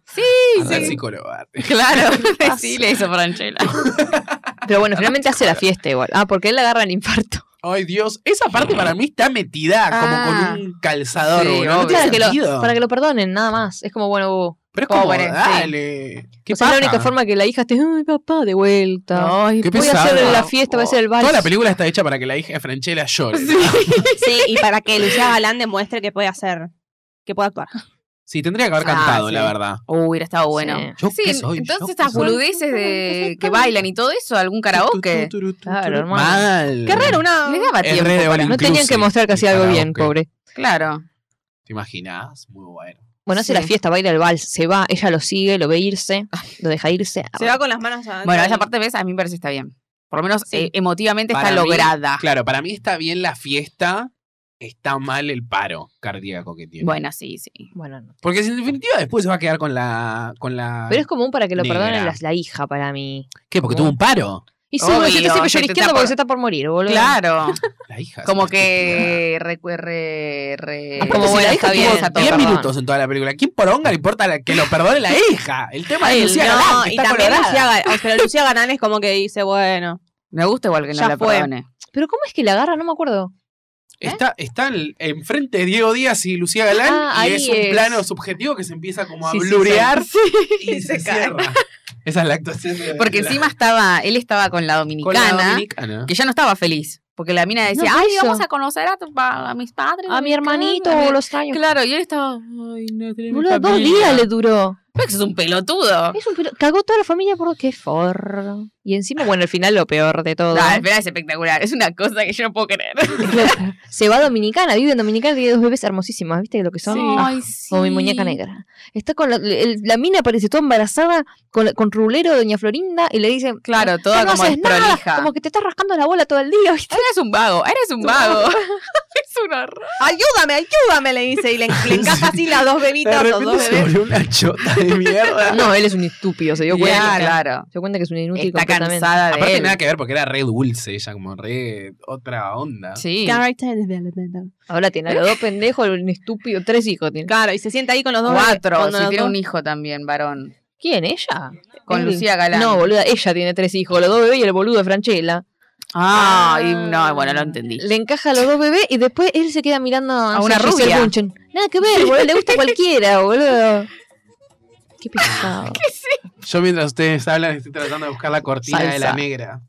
[SPEAKER 1] Anda al
[SPEAKER 5] sí.
[SPEAKER 1] psicólogo.
[SPEAKER 5] Claro, decile eso, Franchella.
[SPEAKER 4] Pero bueno, finalmente hace la fiesta igual. Ah, porque él le agarra el infarto.
[SPEAKER 1] Ay, Dios. Esa parte para mí está metida
[SPEAKER 5] Ah.
[SPEAKER 1] como con un calzador,
[SPEAKER 5] Sí,
[SPEAKER 1] boludo. No
[SPEAKER 5] obvio.
[SPEAKER 1] tiene
[SPEAKER 4] Para que, lo,
[SPEAKER 1] sentido.
[SPEAKER 4] para que lo perdonen, nada más. Es como, bueno, vos.
[SPEAKER 1] Pero es como,
[SPEAKER 5] Pobre, sí.
[SPEAKER 1] dale. ¿Qué
[SPEAKER 4] O sea, es la
[SPEAKER 1] paja?
[SPEAKER 4] única forma que la hija esté, ay, papá, de vuelta.
[SPEAKER 5] Ay,
[SPEAKER 1] Qué
[SPEAKER 4] Voy a
[SPEAKER 1] pesada.
[SPEAKER 4] hacer la fiesta, voy a hacer el vals.
[SPEAKER 1] Toda la película está hecha para que la hija de Franchella llore. ¿no?
[SPEAKER 2] Sí, y para que Lucía Galán demuestre que puede hacer, que puede actuar.
[SPEAKER 1] Sí, tendría que haber
[SPEAKER 5] Ah,
[SPEAKER 1] cantado,
[SPEAKER 5] sí.
[SPEAKER 1] la verdad.
[SPEAKER 5] Uy, Uh, hubiera estado bueno.
[SPEAKER 4] Sí.
[SPEAKER 1] Yo
[SPEAKER 5] Sí,
[SPEAKER 1] qué soy, yo
[SPEAKER 5] entonces
[SPEAKER 1] qué
[SPEAKER 5] estas
[SPEAKER 1] soy.
[SPEAKER 5] boludeces de que bailan y todo eso, algún karaoke.
[SPEAKER 1] Tu, tu, tu, tu, tu, tu.
[SPEAKER 4] Claro, hermano.
[SPEAKER 1] Mal.
[SPEAKER 2] Qué raro, una.
[SPEAKER 5] Le daba
[SPEAKER 1] Es re
[SPEAKER 5] tiempo.
[SPEAKER 1] de
[SPEAKER 5] para-
[SPEAKER 1] All
[SPEAKER 4] No tenían que
[SPEAKER 1] Inclusive,
[SPEAKER 4] mostrar que hacía
[SPEAKER 1] el
[SPEAKER 4] algo bien,
[SPEAKER 1] karaoke.
[SPEAKER 4] pobre.
[SPEAKER 5] Claro.
[SPEAKER 1] ¿Te imaginas? Muy bueno.
[SPEAKER 4] Bueno, hace la
[SPEAKER 5] Sí.
[SPEAKER 4] fiesta, baila el vals, se va, ella lo sigue, lo ve irse, lo deja irse.
[SPEAKER 2] Se va con las manos adentro.
[SPEAKER 5] Bueno, esa
[SPEAKER 2] del-
[SPEAKER 5] parte ves, a mí me parece que está bien. Por lo menos
[SPEAKER 2] Sí.
[SPEAKER 5] eh, emotivamente
[SPEAKER 1] Para
[SPEAKER 5] está
[SPEAKER 1] mí,
[SPEAKER 5] lograda.
[SPEAKER 1] Claro, para mí está bien la fiesta, está mal el paro cardíaco que tiene.
[SPEAKER 5] Bueno, sí, sí.
[SPEAKER 4] Bueno, no.
[SPEAKER 1] Porque si en definitiva después se va a quedar con la. Con la...
[SPEAKER 4] Pero es común para que lo
[SPEAKER 1] Negra.
[SPEAKER 4] perdonen las, la hija para mí.
[SPEAKER 1] ¿Qué? Porque tuvo un paro.
[SPEAKER 4] Y seguro
[SPEAKER 5] Obvio,
[SPEAKER 4] que te siempre
[SPEAKER 5] se te
[SPEAKER 4] llora
[SPEAKER 5] está
[SPEAKER 4] porque
[SPEAKER 5] por-
[SPEAKER 4] se está por morir, boludo.
[SPEAKER 5] Claro.
[SPEAKER 1] La hija. es
[SPEAKER 5] Como
[SPEAKER 1] una estúpida.
[SPEAKER 5] que. Re, re, re-
[SPEAKER 4] Como
[SPEAKER 5] si
[SPEAKER 4] bueno,
[SPEAKER 5] la
[SPEAKER 4] está
[SPEAKER 5] hija
[SPEAKER 4] bien,
[SPEAKER 5] tuvo esa
[SPEAKER 4] está
[SPEAKER 5] todo,
[SPEAKER 1] 10
[SPEAKER 5] perdón.
[SPEAKER 1] minutos en toda la película. ¿Quién poronga le importa la- que lo perdone la hija? El tema es Lucía Galán, que
[SPEAKER 2] y
[SPEAKER 1] está
[SPEAKER 2] también
[SPEAKER 1] colorada.
[SPEAKER 2] Lucía ¿eh? Galán, o sea, Lucía Galán es como que dice, bueno,
[SPEAKER 5] Me gusta igual que no
[SPEAKER 2] Ya
[SPEAKER 5] la
[SPEAKER 2] fue.
[SPEAKER 5] perdone.
[SPEAKER 4] Pero ¿cómo es que la agarra? No me acuerdo.
[SPEAKER 1] Está, están enfrente de Diego Díaz y Lucía Galán
[SPEAKER 4] Ah,
[SPEAKER 1] y
[SPEAKER 4] ahí
[SPEAKER 1] es un
[SPEAKER 4] es.
[SPEAKER 1] plano subjetivo que se empieza como a
[SPEAKER 5] Sí, sí,
[SPEAKER 1] blurear
[SPEAKER 5] sí.
[SPEAKER 1] y se,
[SPEAKER 5] se cae.
[SPEAKER 1] cierra. Esa es la actuación de
[SPEAKER 5] Porque
[SPEAKER 1] la-
[SPEAKER 5] encima estaba. Él estaba con la
[SPEAKER 1] con la
[SPEAKER 5] dominicana.
[SPEAKER 1] dominicana.
[SPEAKER 5] que ya no estaba feliz. Porque la mina decía,
[SPEAKER 4] No, por
[SPEAKER 5] ay,
[SPEAKER 4] eso.
[SPEAKER 5] vamos a conocer a, tu pa- a mis padres.
[SPEAKER 4] A mi hermanito,
[SPEAKER 5] cara, a mi-
[SPEAKER 4] los años.
[SPEAKER 5] Claro, y él estaba, ay, no tenemos
[SPEAKER 4] Boludo, dos
[SPEAKER 5] familia". Ah.
[SPEAKER 4] días le duró.
[SPEAKER 5] Pero es un pelotudo.
[SPEAKER 4] Es un pelo- Cagó toda la familia por qué forro. Y encima, bueno, al final lo peor de todo.
[SPEAKER 5] La espera es espectacular, es una cosa que yo no puedo creer.
[SPEAKER 4] se va a Dominicana, vive en Dominicana, tiene dos bebés hermosísimas, ¿viste lo que son? Ah,
[SPEAKER 5] sí.
[SPEAKER 4] Como mi muñeca negra. Está con la, el- la mina parece toda embarazada, con, la- con rulero de Doña Florinda, y le dice,
[SPEAKER 5] Claro,
[SPEAKER 4] "Ah,
[SPEAKER 5] toda
[SPEAKER 4] no
[SPEAKER 5] como
[SPEAKER 4] haces nada,
[SPEAKER 5] desprolija.
[SPEAKER 4] como que te estás rascando la bola todo el día, ¿viste?
[SPEAKER 5] Eres un vago, eres un vago. es un horror.
[SPEAKER 2] ayúdame, ayúdame, le dice, y le, le encaja así las dos bebitas, los dos
[SPEAKER 1] se
[SPEAKER 2] bebés.
[SPEAKER 1] volvió una chota de mierda.
[SPEAKER 4] No, él es un estúpido, se dio
[SPEAKER 5] Ya,
[SPEAKER 4] cuenta.
[SPEAKER 5] claro.
[SPEAKER 4] Se dio cuenta que es un inútil
[SPEAKER 5] Está
[SPEAKER 4] completamente.
[SPEAKER 5] cansada de
[SPEAKER 1] Aparte
[SPEAKER 5] él.
[SPEAKER 1] nada que ver porque era re dulce ella, como re otra onda.
[SPEAKER 5] Sí.
[SPEAKER 2] Character development.
[SPEAKER 4] Ahora tiene a los dos pendejos, un estúpido, tres hijos tiene.
[SPEAKER 2] Claro, y se sienta ahí con los dos
[SPEAKER 5] Cuatro,
[SPEAKER 2] bebés, con
[SPEAKER 5] si
[SPEAKER 2] los
[SPEAKER 5] tiene
[SPEAKER 2] dos-
[SPEAKER 5] un hijo también, varón.
[SPEAKER 4] ¿Quién? ¿Ella?
[SPEAKER 5] Con
[SPEAKER 4] Él.
[SPEAKER 5] Lucía Galán.
[SPEAKER 4] No, boluda, ella tiene tres hijos, los dos bebés y el boludo de Franchella.
[SPEAKER 5] Ah, y no, bueno, lo entendí.
[SPEAKER 4] Le encaja a los dos bebés y después él se queda mirando
[SPEAKER 5] A una
[SPEAKER 4] Giselle
[SPEAKER 5] rubia.
[SPEAKER 4] Bunchen. Nada que ver, boludo, le gusta cualquiera, boludo. Qué pesado.
[SPEAKER 1] Yo mientras ustedes hablan estoy tratando de buscar la cortina de la
[SPEAKER 4] Salsa.
[SPEAKER 1] negra.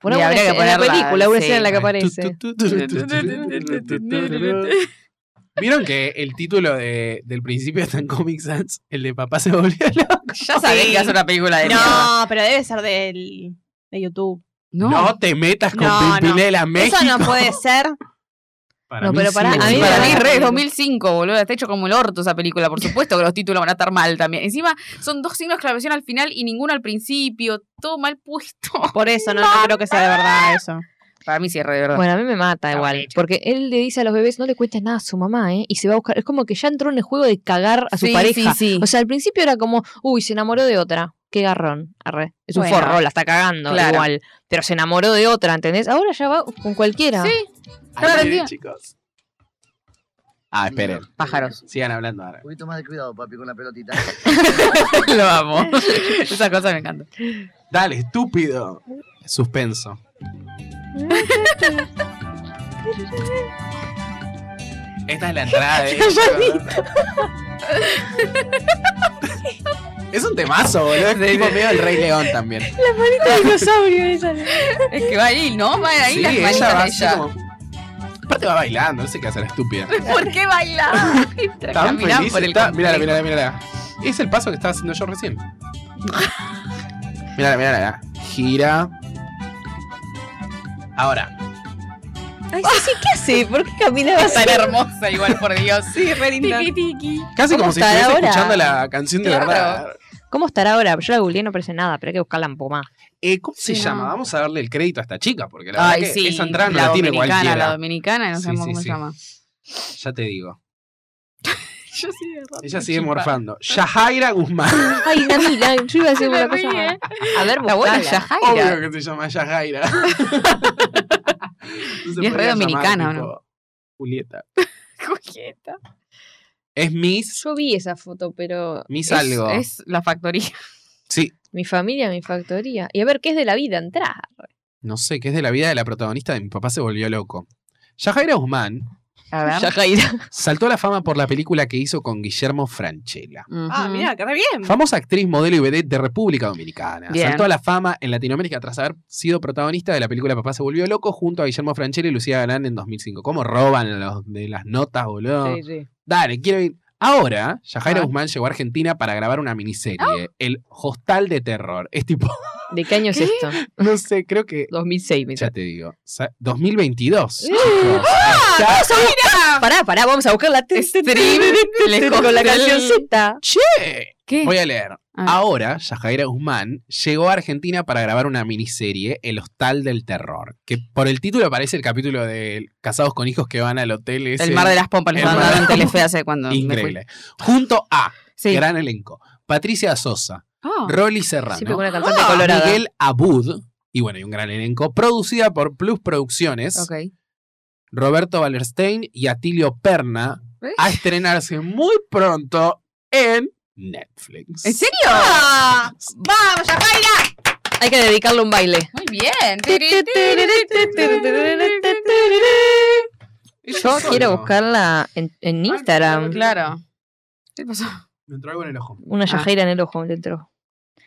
[SPEAKER 4] Por
[SPEAKER 5] Le
[SPEAKER 4] alguna
[SPEAKER 5] habría que
[SPEAKER 4] escena- en la
[SPEAKER 5] ponerla,
[SPEAKER 4] película, una
[SPEAKER 5] sí.
[SPEAKER 4] escena en la que
[SPEAKER 1] Ay,
[SPEAKER 4] aparece.
[SPEAKER 1] tu, tu, tu, tu, tu, tu, tu, tu, tu, tu, tu. ¿Vieron que el título de, del principio está en Comic Sans? El de papá se volvió loco.
[SPEAKER 5] Ya sabés
[SPEAKER 2] Sí.
[SPEAKER 5] que hace una película de mierda.
[SPEAKER 2] No, pero debe ser del, de YouTube.
[SPEAKER 1] No, te metas con
[SPEAKER 2] No, no.
[SPEAKER 1] Pimpinela México.
[SPEAKER 2] Eso no puede ser.
[SPEAKER 1] Para
[SPEAKER 4] No,
[SPEAKER 1] mí
[SPEAKER 4] pero
[SPEAKER 1] sí,
[SPEAKER 4] pará, a
[SPEAKER 1] boludo.
[SPEAKER 4] mí me
[SPEAKER 5] para
[SPEAKER 4] da-
[SPEAKER 5] mí,
[SPEAKER 4] la
[SPEAKER 5] re
[SPEAKER 4] película.
[SPEAKER 5] 2005, boludo. Está hecho como el orto esa película. Por supuesto que los títulos van a estar mal también. Encima, son dos signos de exclamación al final y ninguno al principio. Todo mal puesto.
[SPEAKER 2] Por eso no, no creo que sea de verdad eso.
[SPEAKER 5] Para mí sí es re de verdad.
[SPEAKER 4] Bueno, a mí me mata
[SPEAKER 5] Está
[SPEAKER 4] igual.
[SPEAKER 5] mal hecho.
[SPEAKER 4] Porque él le dice a los bebés, no le cuentes nada a su mamá, ¿eh? Y se va a buscar. Es como que ya entró en el juego de cagar a su
[SPEAKER 5] Sí,
[SPEAKER 4] pareja.
[SPEAKER 5] sí, sí.
[SPEAKER 4] O sea, al principio era como, uy, se enamoró de otra. Qué garrón. Arre. Es un
[SPEAKER 5] Bueno.
[SPEAKER 4] forro, la está cagando
[SPEAKER 5] Claro.
[SPEAKER 4] igual. Pero se enamoró de otra, ¿entendés? Ahora ya va con cualquiera.
[SPEAKER 5] Sí,
[SPEAKER 1] Ahí
[SPEAKER 5] Claro,
[SPEAKER 1] vienen,
[SPEAKER 5] tío.
[SPEAKER 1] chicos. Ah, esperen.
[SPEAKER 5] pájaros.
[SPEAKER 1] Sigan hablando ahora.
[SPEAKER 6] Un poquito más de cuidado, papi, con la pelotita.
[SPEAKER 5] Lo amo. Esa cosa me encanta.
[SPEAKER 1] Dale, estúpido. Suspenso. Esta es la entrada de. es un temazo, boludo. Es tipo medio el Rey León también.
[SPEAKER 4] dinosaurio esa.
[SPEAKER 5] Es que va ahí, ¿no? Va ahí
[SPEAKER 1] Sí,
[SPEAKER 5] las
[SPEAKER 1] ella
[SPEAKER 5] manitas
[SPEAKER 1] va
[SPEAKER 5] de
[SPEAKER 1] así
[SPEAKER 5] ella.
[SPEAKER 1] como- Aparte va bailando, no sé qué hacer, estúpida.
[SPEAKER 5] ¿Por qué baila? Mientras
[SPEAKER 1] Tan
[SPEAKER 5] caminan
[SPEAKER 1] feliz
[SPEAKER 5] por el
[SPEAKER 1] está. Mírala, mírala,
[SPEAKER 5] complejo.
[SPEAKER 1] mírala. Es el paso que estaba haciendo yo recién. Mírala, mírala. Gira. Ahora.
[SPEAKER 2] Ay, sí, sí, ¿qué hace? ¿Por qué caminaba
[SPEAKER 5] Tan hermosa igual, por Dios.
[SPEAKER 2] así, re linda?
[SPEAKER 1] Casi
[SPEAKER 4] ¿Cómo
[SPEAKER 1] como si
[SPEAKER 4] estará
[SPEAKER 1] estuviese
[SPEAKER 4] ahora?
[SPEAKER 1] escuchando la canción de
[SPEAKER 5] Claro.
[SPEAKER 1] verdad.
[SPEAKER 4] ¿Cómo estará ahora? Yo la googleé y no aparece nada, pero hay que buscarla un poco más.
[SPEAKER 1] Eh, ¿Cómo se
[SPEAKER 5] Sí,
[SPEAKER 1] llama?
[SPEAKER 5] no.
[SPEAKER 1] Vamos a darle el crédito a esta chica, porque la
[SPEAKER 5] Ay,
[SPEAKER 1] verdad que
[SPEAKER 5] sí.
[SPEAKER 1] esa entrada no la, tiene
[SPEAKER 5] dominicana,
[SPEAKER 1] cualquiera.
[SPEAKER 5] La dominicana, no
[SPEAKER 1] Sí,
[SPEAKER 5] sabemos
[SPEAKER 1] sí,
[SPEAKER 5] cómo
[SPEAKER 1] sí.
[SPEAKER 5] se llama.
[SPEAKER 1] Ya te digo.
[SPEAKER 5] Yo sí, de rato
[SPEAKER 1] Ella
[SPEAKER 5] me
[SPEAKER 1] sigue
[SPEAKER 5] chupa.
[SPEAKER 1] morfando. Yajaira Guzmán.
[SPEAKER 4] Ay, Namila, yo iba a decir
[SPEAKER 5] Me
[SPEAKER 4] una
[SPEAKER 5] ríe.
[SPEAKER 4] cosa. ¿eh? A ver,
[SPEAKER 5] La buena
[SPEAKER 4] buscala.
[SPEAKER 5] Yajaira.
[SPEAKER 1] Obvio que se llama Yajaira. No se
[SPEAKER 5] Y es
[SPEAKER 1] podría
[SPEAKER 5] re
[SPEAKER 1] llamar,
[SPEAKER 5] dominicana, ¿o
[SPEAKER 1] tipo, Julieta.
[SPEAKER 5] Coqueta.
[SPEAKER 1] Es Miss.
[SPEAKER 4] Yo vi esa foto, pero
[SPEAKER 1] Miss
[SPEAKER 5] Es,
[SPEAKER 1] algo.
[SPEAKER 5] es la factoría.
[SPEAKER 1] Sí.
[SPEAKER 4] mi familia, mi factoría. Y a ver, ¿qué es de la vida? Entrá.
[SPEAKER 1] No sé, que es de la vida de la protagonista de Mi papá se volvió loco. Yajaira Guzmán
[SPEAKER 5] A ver.
[SPEAKER 1] saltó a la fama por la película que hizo con Guillermo Franchella.
[SPEAKER 2] Ah, mira, que re bien.
[SPEAKER 1] Famosa actriz, modelo y vedette de República Dominicana.
[SPEAKER 5] Bien.
[SPEAKER 1] Saltó a la fama en Latinoamérica tras haber sido protagonista de la película Papá se volvió loco junto a Guillermo Franchella y Lucía Galán en 2005. ¿Cómo roban los, de las notas, boludo?
[SPEAKER 4] Sí, sí.
[SPEAKER 1] Dale, quiero ir. Ahora, Yajaira
[SPEAKER 5] Ah.
[SPEAKER 1] Guzmán llegó a Argentina para grabar una miniserie, El Hostal de Terror. Es tipo,
[SPEAKER 4] ¿De qué año es esto?
[SPEAKER 1] no sé, creo que...
[SPEAKER 4] 2006, me
[SPEAKER 1] Ya
[SPEAKER 4] dice.
[SPEAKER 1] te digo, sa- 2022. chicos.
[SPEAKER 5] ¡Eh!
[SPEAKER 4] Ah. Pará, pará, vamos a buscar la
[SPEAKER 5] Stream,
[SPEAKER 4] con
[SPEAKER 5] telehostel.
[SPEAKER 4] la cancioncita.
[SPEAKER 1] ¡Che!
[SPEAKER 5] ¿Qué?
[SPEAKER 1] Voy a leer.
[SPEAKER 5] A ver.
[SPEAKER 1] Ahora, Yajaira Guzmán llegó a Argentina para grabar una miniserie, El Hostal del Terror, que por el título aparece el capítulo de Casados con Hijos que van al hotel. ese.
[SPEAKER 5] El mar de las pompas
[SPEAKER 1] el
[SPEAKER 5] lo han
[SPEAKER 1] mar-
[SPEAKER 5] dado en Telefe hace cuando. me fui.
[SPEAKER 1] Increíble. Junto a,
[SPEAKER 5] Sí.
[SPEAKER 1] gran elenco, Patricia Sosa,
[SPEAKER 5] Ah.
[SPEAKER 1] Rolly
[SPEAKER 4] Siempre
[SPEAKER 1] Serrano,
[SPEAKER 4] con la cantante
[SPEAKER 5] Ah,
[SPEAKER 4] colorada.
[SPEAKER 1] Miguel Abud, y bueno, y un gran elenco, producida por Plus Producciones,
[SPEAKER 5] Ok.
[SPEAKER 1] Roberto Wallerstein y Atilio Perna,
[SPEAKER 5] ¿Eh?
[SPEAKER 1] a estrenarse muy pronto en Netflix.
[SPEAKER 5] ¿En serio?
[SPEAKER 4] Ah,
[SPEAKER 5] ¡Vamos, Yajaira!
[SPEAKER 4] Hay que dedicarle un baile.
[SPEAKER 5] Muy bien.
[SPEAKER 1] Ella
[SPEAKER 4] Yo
[SPEAKER 1] sola.
[SPEAKER 4] quiero buscarla en, en Instagram.
[SPEAKER 5] Claro. ¿Qué pasó?
[SPEAKER 1] Me entró algo en el ojo.
[SPEAKER 4] Una
[SPEAKER 5] Ah.
[SPEAKER 4] Yajaira en el ojo me entró.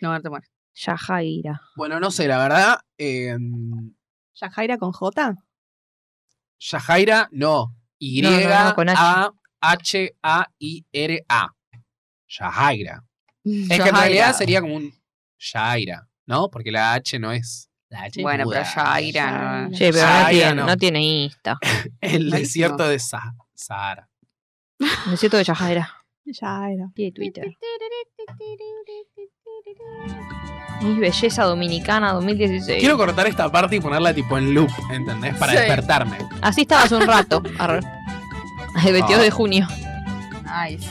[SPEAKER 5] No, no te mueres.
[SPEAKER 4] Yajaira.
[SPEAKER 1] Bueno, no sé, la verdad. eh,
[SPEAKER 2] ¿Yajaira con J?
[SPEAKER 1] Yajaira, no. Y
[SPEAKER 4] No, no, no, con H.
[SPEAKER 1] A H A I R A. Yajaira. Es que en
[SPEAKER 5] Yajaira.
[SPEAKER 1] realidad sería como un Yaira, ¿no? Porque la H no es. La H es
[SPEAKER 5] Bueno, pero
[SPEAKER 1] muda.
[SPEAKER 5] Yajaira. no.
[SPEAKER 4] Sí, pero
[SPEAKER 1] Yajaira
[SPEAKER 4] no, tiene, no.
[SPEAKER 1] no.
[SPEAKER 4] tiene Insta.
[SPEAKER 1] El
[SPEAKER 5] Malísimo.
[SPEAKER 1] desierto de Sa- Sahara.
[SPEAKER 4] Necesito de Yajaira.
[SPEAKER 2] Yajaira.
[SPEAKER 4] Tiene Twitter. Mi belleza dominicana 2016.
[SPEAKER 1] Quiero cortar esta parte y ponerla tipo en loop, ¿entendés? Para
[SPEAKER 5] Sí.
[SPEAKER 1] despertarme.
[SPEAKER 4] Así estaba hace un rato. Arre. El 22 de junio.
[SPEAKER 5] Nice.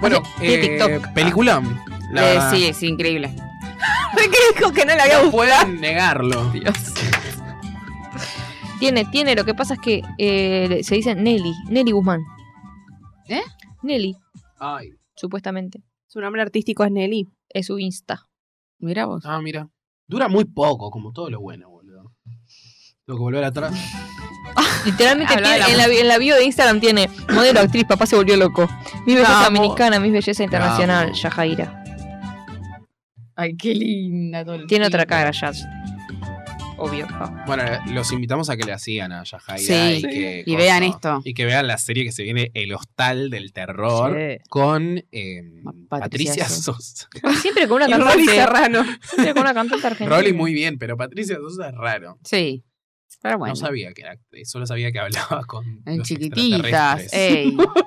[SPEAKER 1] Bueno,
[SPEAKER 4] Tiene
[SPEAKER 1] eh,
[SPEAKER 4] TikTok.
[SPEAKER 1] peliculón. La
[SPEAKER 5] Eh,
[SPEAKER 1] verdad.
[SPEAKER 5] sí, es increíble.
[SPEAKER 2] ¿Qué dijo que no la
[SPEAKER 1] No pueden negarlo.
[SPEAKER 4] Tiene, tiene. Lo que pasa es que eh, se dice Nelly. Nelly Guzmán.
[SPEAKER 5] ¿Eh?
[SPEAKER 4] Nelly,
[SPEAKER 1] Ay.
[SPEAKER 4] supuestamente.
[SPEAKER 2] Su nombre artístico es Nelly.
[SPEAKER 4] Es su Insta.
[SPEAKER 5] Mira vos.
[SPEAKER 1] Ah, mira. Dura muy poco, como todo lo bueno, boludo. Tengo que volver atrás.
[SPEAKER 4] Literalmente
[SPEAKER 5] Habla
[SPEAKER 4] tiene-
[SPEAKER 5] de
[SPEAKER 4] en,
[SPEAKER 5] la
[SPEAKER 4] la, en la bio de Instagram tiene modelo, actriz, papá se volvió loco. Mi belleza
[SPEAKER 5] Amo.
[SPEAKER 4] dominicana, mi belleza internacional,
[SPEAKER 1] amo.
[SPEAKER 4] Yajaira.
[SPEAKER 5] Ay, qué linda. todo el
[SPEAKER 4] Tiene otra
[SPEAKER 5] tiempo.
[SPEAKER 4] cara ya. Obvio. Ah.
[SPEAKER 1] Bueno, los invitamos a que le sigan a Yajaira
[SPEAKER 5] Sí,
[SPEAKER 1] y que.
[SPEAKER 5] y
[SPEAKER 1] cosa,
[SPEAKER 5] vean esto.
[SPEAKER 1] Y que vean la serie que se viene, El Hostal del Terror,
[SPEAKER 4] Sí.
[SPEAKER 1] con eh,
[SPEAKER 5] Ma- Patricia
[SPEAKER 1] Patricia Sosa.
[SPEAKER 4] Siempre con una
[SPEAKER 2] Y Rolly
[SPEAKER 4] cantante.
[SPEAKER 2] Serrano.
[SPEAKER 4] Siempre con una cantante argentina.
[SPEAKER 1] Rolly muy bien, pero Patricia Sosa es raro.
[SPEAKER 5] Sí. Pero bueno.
[SPEAKER 1] No sabía que era actriz, solo sabía que hablaba con.
[SPEAKER 5] en
[SPEAKER 1] los
[SPEAKER 5] chiquititas. eh,
[SPEAKER 1] extraterrestres.
[SPEAKER 5] Ey.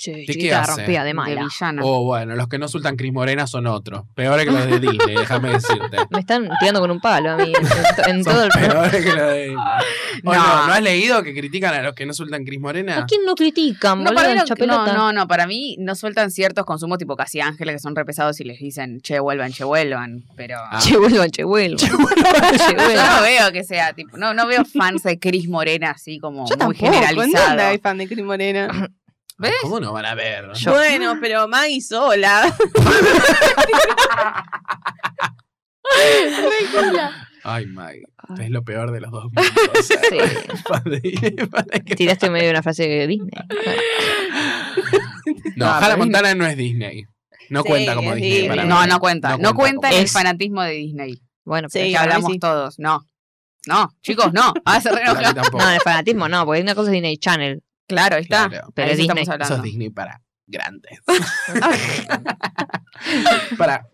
[SPEAKER 4] Sí,
[SPEAKER 1] qué
[SPEAKER 4] chiquita
[SPEAKER 1] hace?
[SPEAKER 4] rompida de
[SPEAKER 5] De
[SPEAKER 4] mala.
[SPEAKER 5] villana.
[SPEAKER 1] O bueno, los que no sultan Cris Morena son otros. Peores que los de Disney, déjame decirte.
[SPEAKER 4] Me están tirando con un palo a mí. En, to- en
[SPEAKER 1] Son
[SPEAKER 4] todo el
[SPEAKER 1] peores que los de Disney. O no,
[SPEAKER 5] No.
[SPEAKER 1] ¿no has leído que critican a los que no sultan Cris Morena?
[SPEAKER 4] ¿A quién no critican,
[SPEAKER 5] No,
[SPEAKER 4] boludo?
[SPEAKER 5] para mí no- no,
[SPEAKER 4] Chapelota.
[SPEAKER 5] no, no, para mí no sueltan ciertos consumos tipo casi ángeles que son repesados y les dicen, che, vuelvan, che, vuelvan. Pero
[SPEAKER 1] Ah.
[SPEAKER 4] Che, vuelvan, che, vuelvan. Che,
[SPEAKER 5] yo
[SPEAKER 4] vuelvan.
[SPEAKER 5] no veo que sea tipo, no, no veo fans de Cris Morena así como muy
[SPEAKER 2] Yo tampoco. ¿En
[SPEAKER 5] generalizado.
[SPEAKER 2] dónde hay fan de Cris Morena?
[SPEAKER 5] ¿Ves?
[SPEAKER 1] ¿Cómo no van a ver?
[SPEAKER 4] Yo-
[SPEAKER 2] Bueno, pero Maggie sola.
[SPEAKER 1] Ay, Mike, es lo peor de los dos mundos. O sea,
[SPEAKER 4] Sí.
[SPEAKER 1] para ir- para que-
[SPEAKER 4] Tiraste medio una frase de Disney.
[SPEAKER 1] No,
[SPEAKER 5] No,
[SPEAKER 1] Hannah
[SPEAKER 5] pero
[SPEAKER 1] Montana no es Disney. No
[SPEAKER 2] Sí,
[SPEAKER 1] cuenta como
[SPEAKER 2] es
[SPEAKER 1] Disney.
[SPEAKER 2] Disney.
[SPEAKER 1] para mí.
[SPEAKER 5] No, no cuenta. No cuenta
[SPEAKER 1] como-
[SPEAKER 5] el
[SPEAKER 4] Es-
[SPEAKER 5] fanatismo de Disney.
[SPEAKER 4] Bueno,
[SPEAKER 5] que
[SPEAKER 2] Sí, para mí
[SPEAKER 5] hablamos
[SPEAKER 2] sí.
[SPEAKER 5] todos. No. No, chicos, no. Ah, se re
[SPEAKER 1] Para mí
[SPEAKER 5] enojó.
[SPEAKER 1] tampoco.
[SPEAKER 4] No, el fanatismo no, porque una cosa es Disney Channel.
[SPEAKER 5] Claro, ahí está.
[SPEAKER 1] Claro.
[SPEAKER 4] Pero
[SPEAKER 5] Ahí sí estamos
[SPEAKER 4] Disney,
[SPEAKER 1] Eso es
[SPEAKER 5] hablando.
[SPEAKER 1] Disney para grandes. para.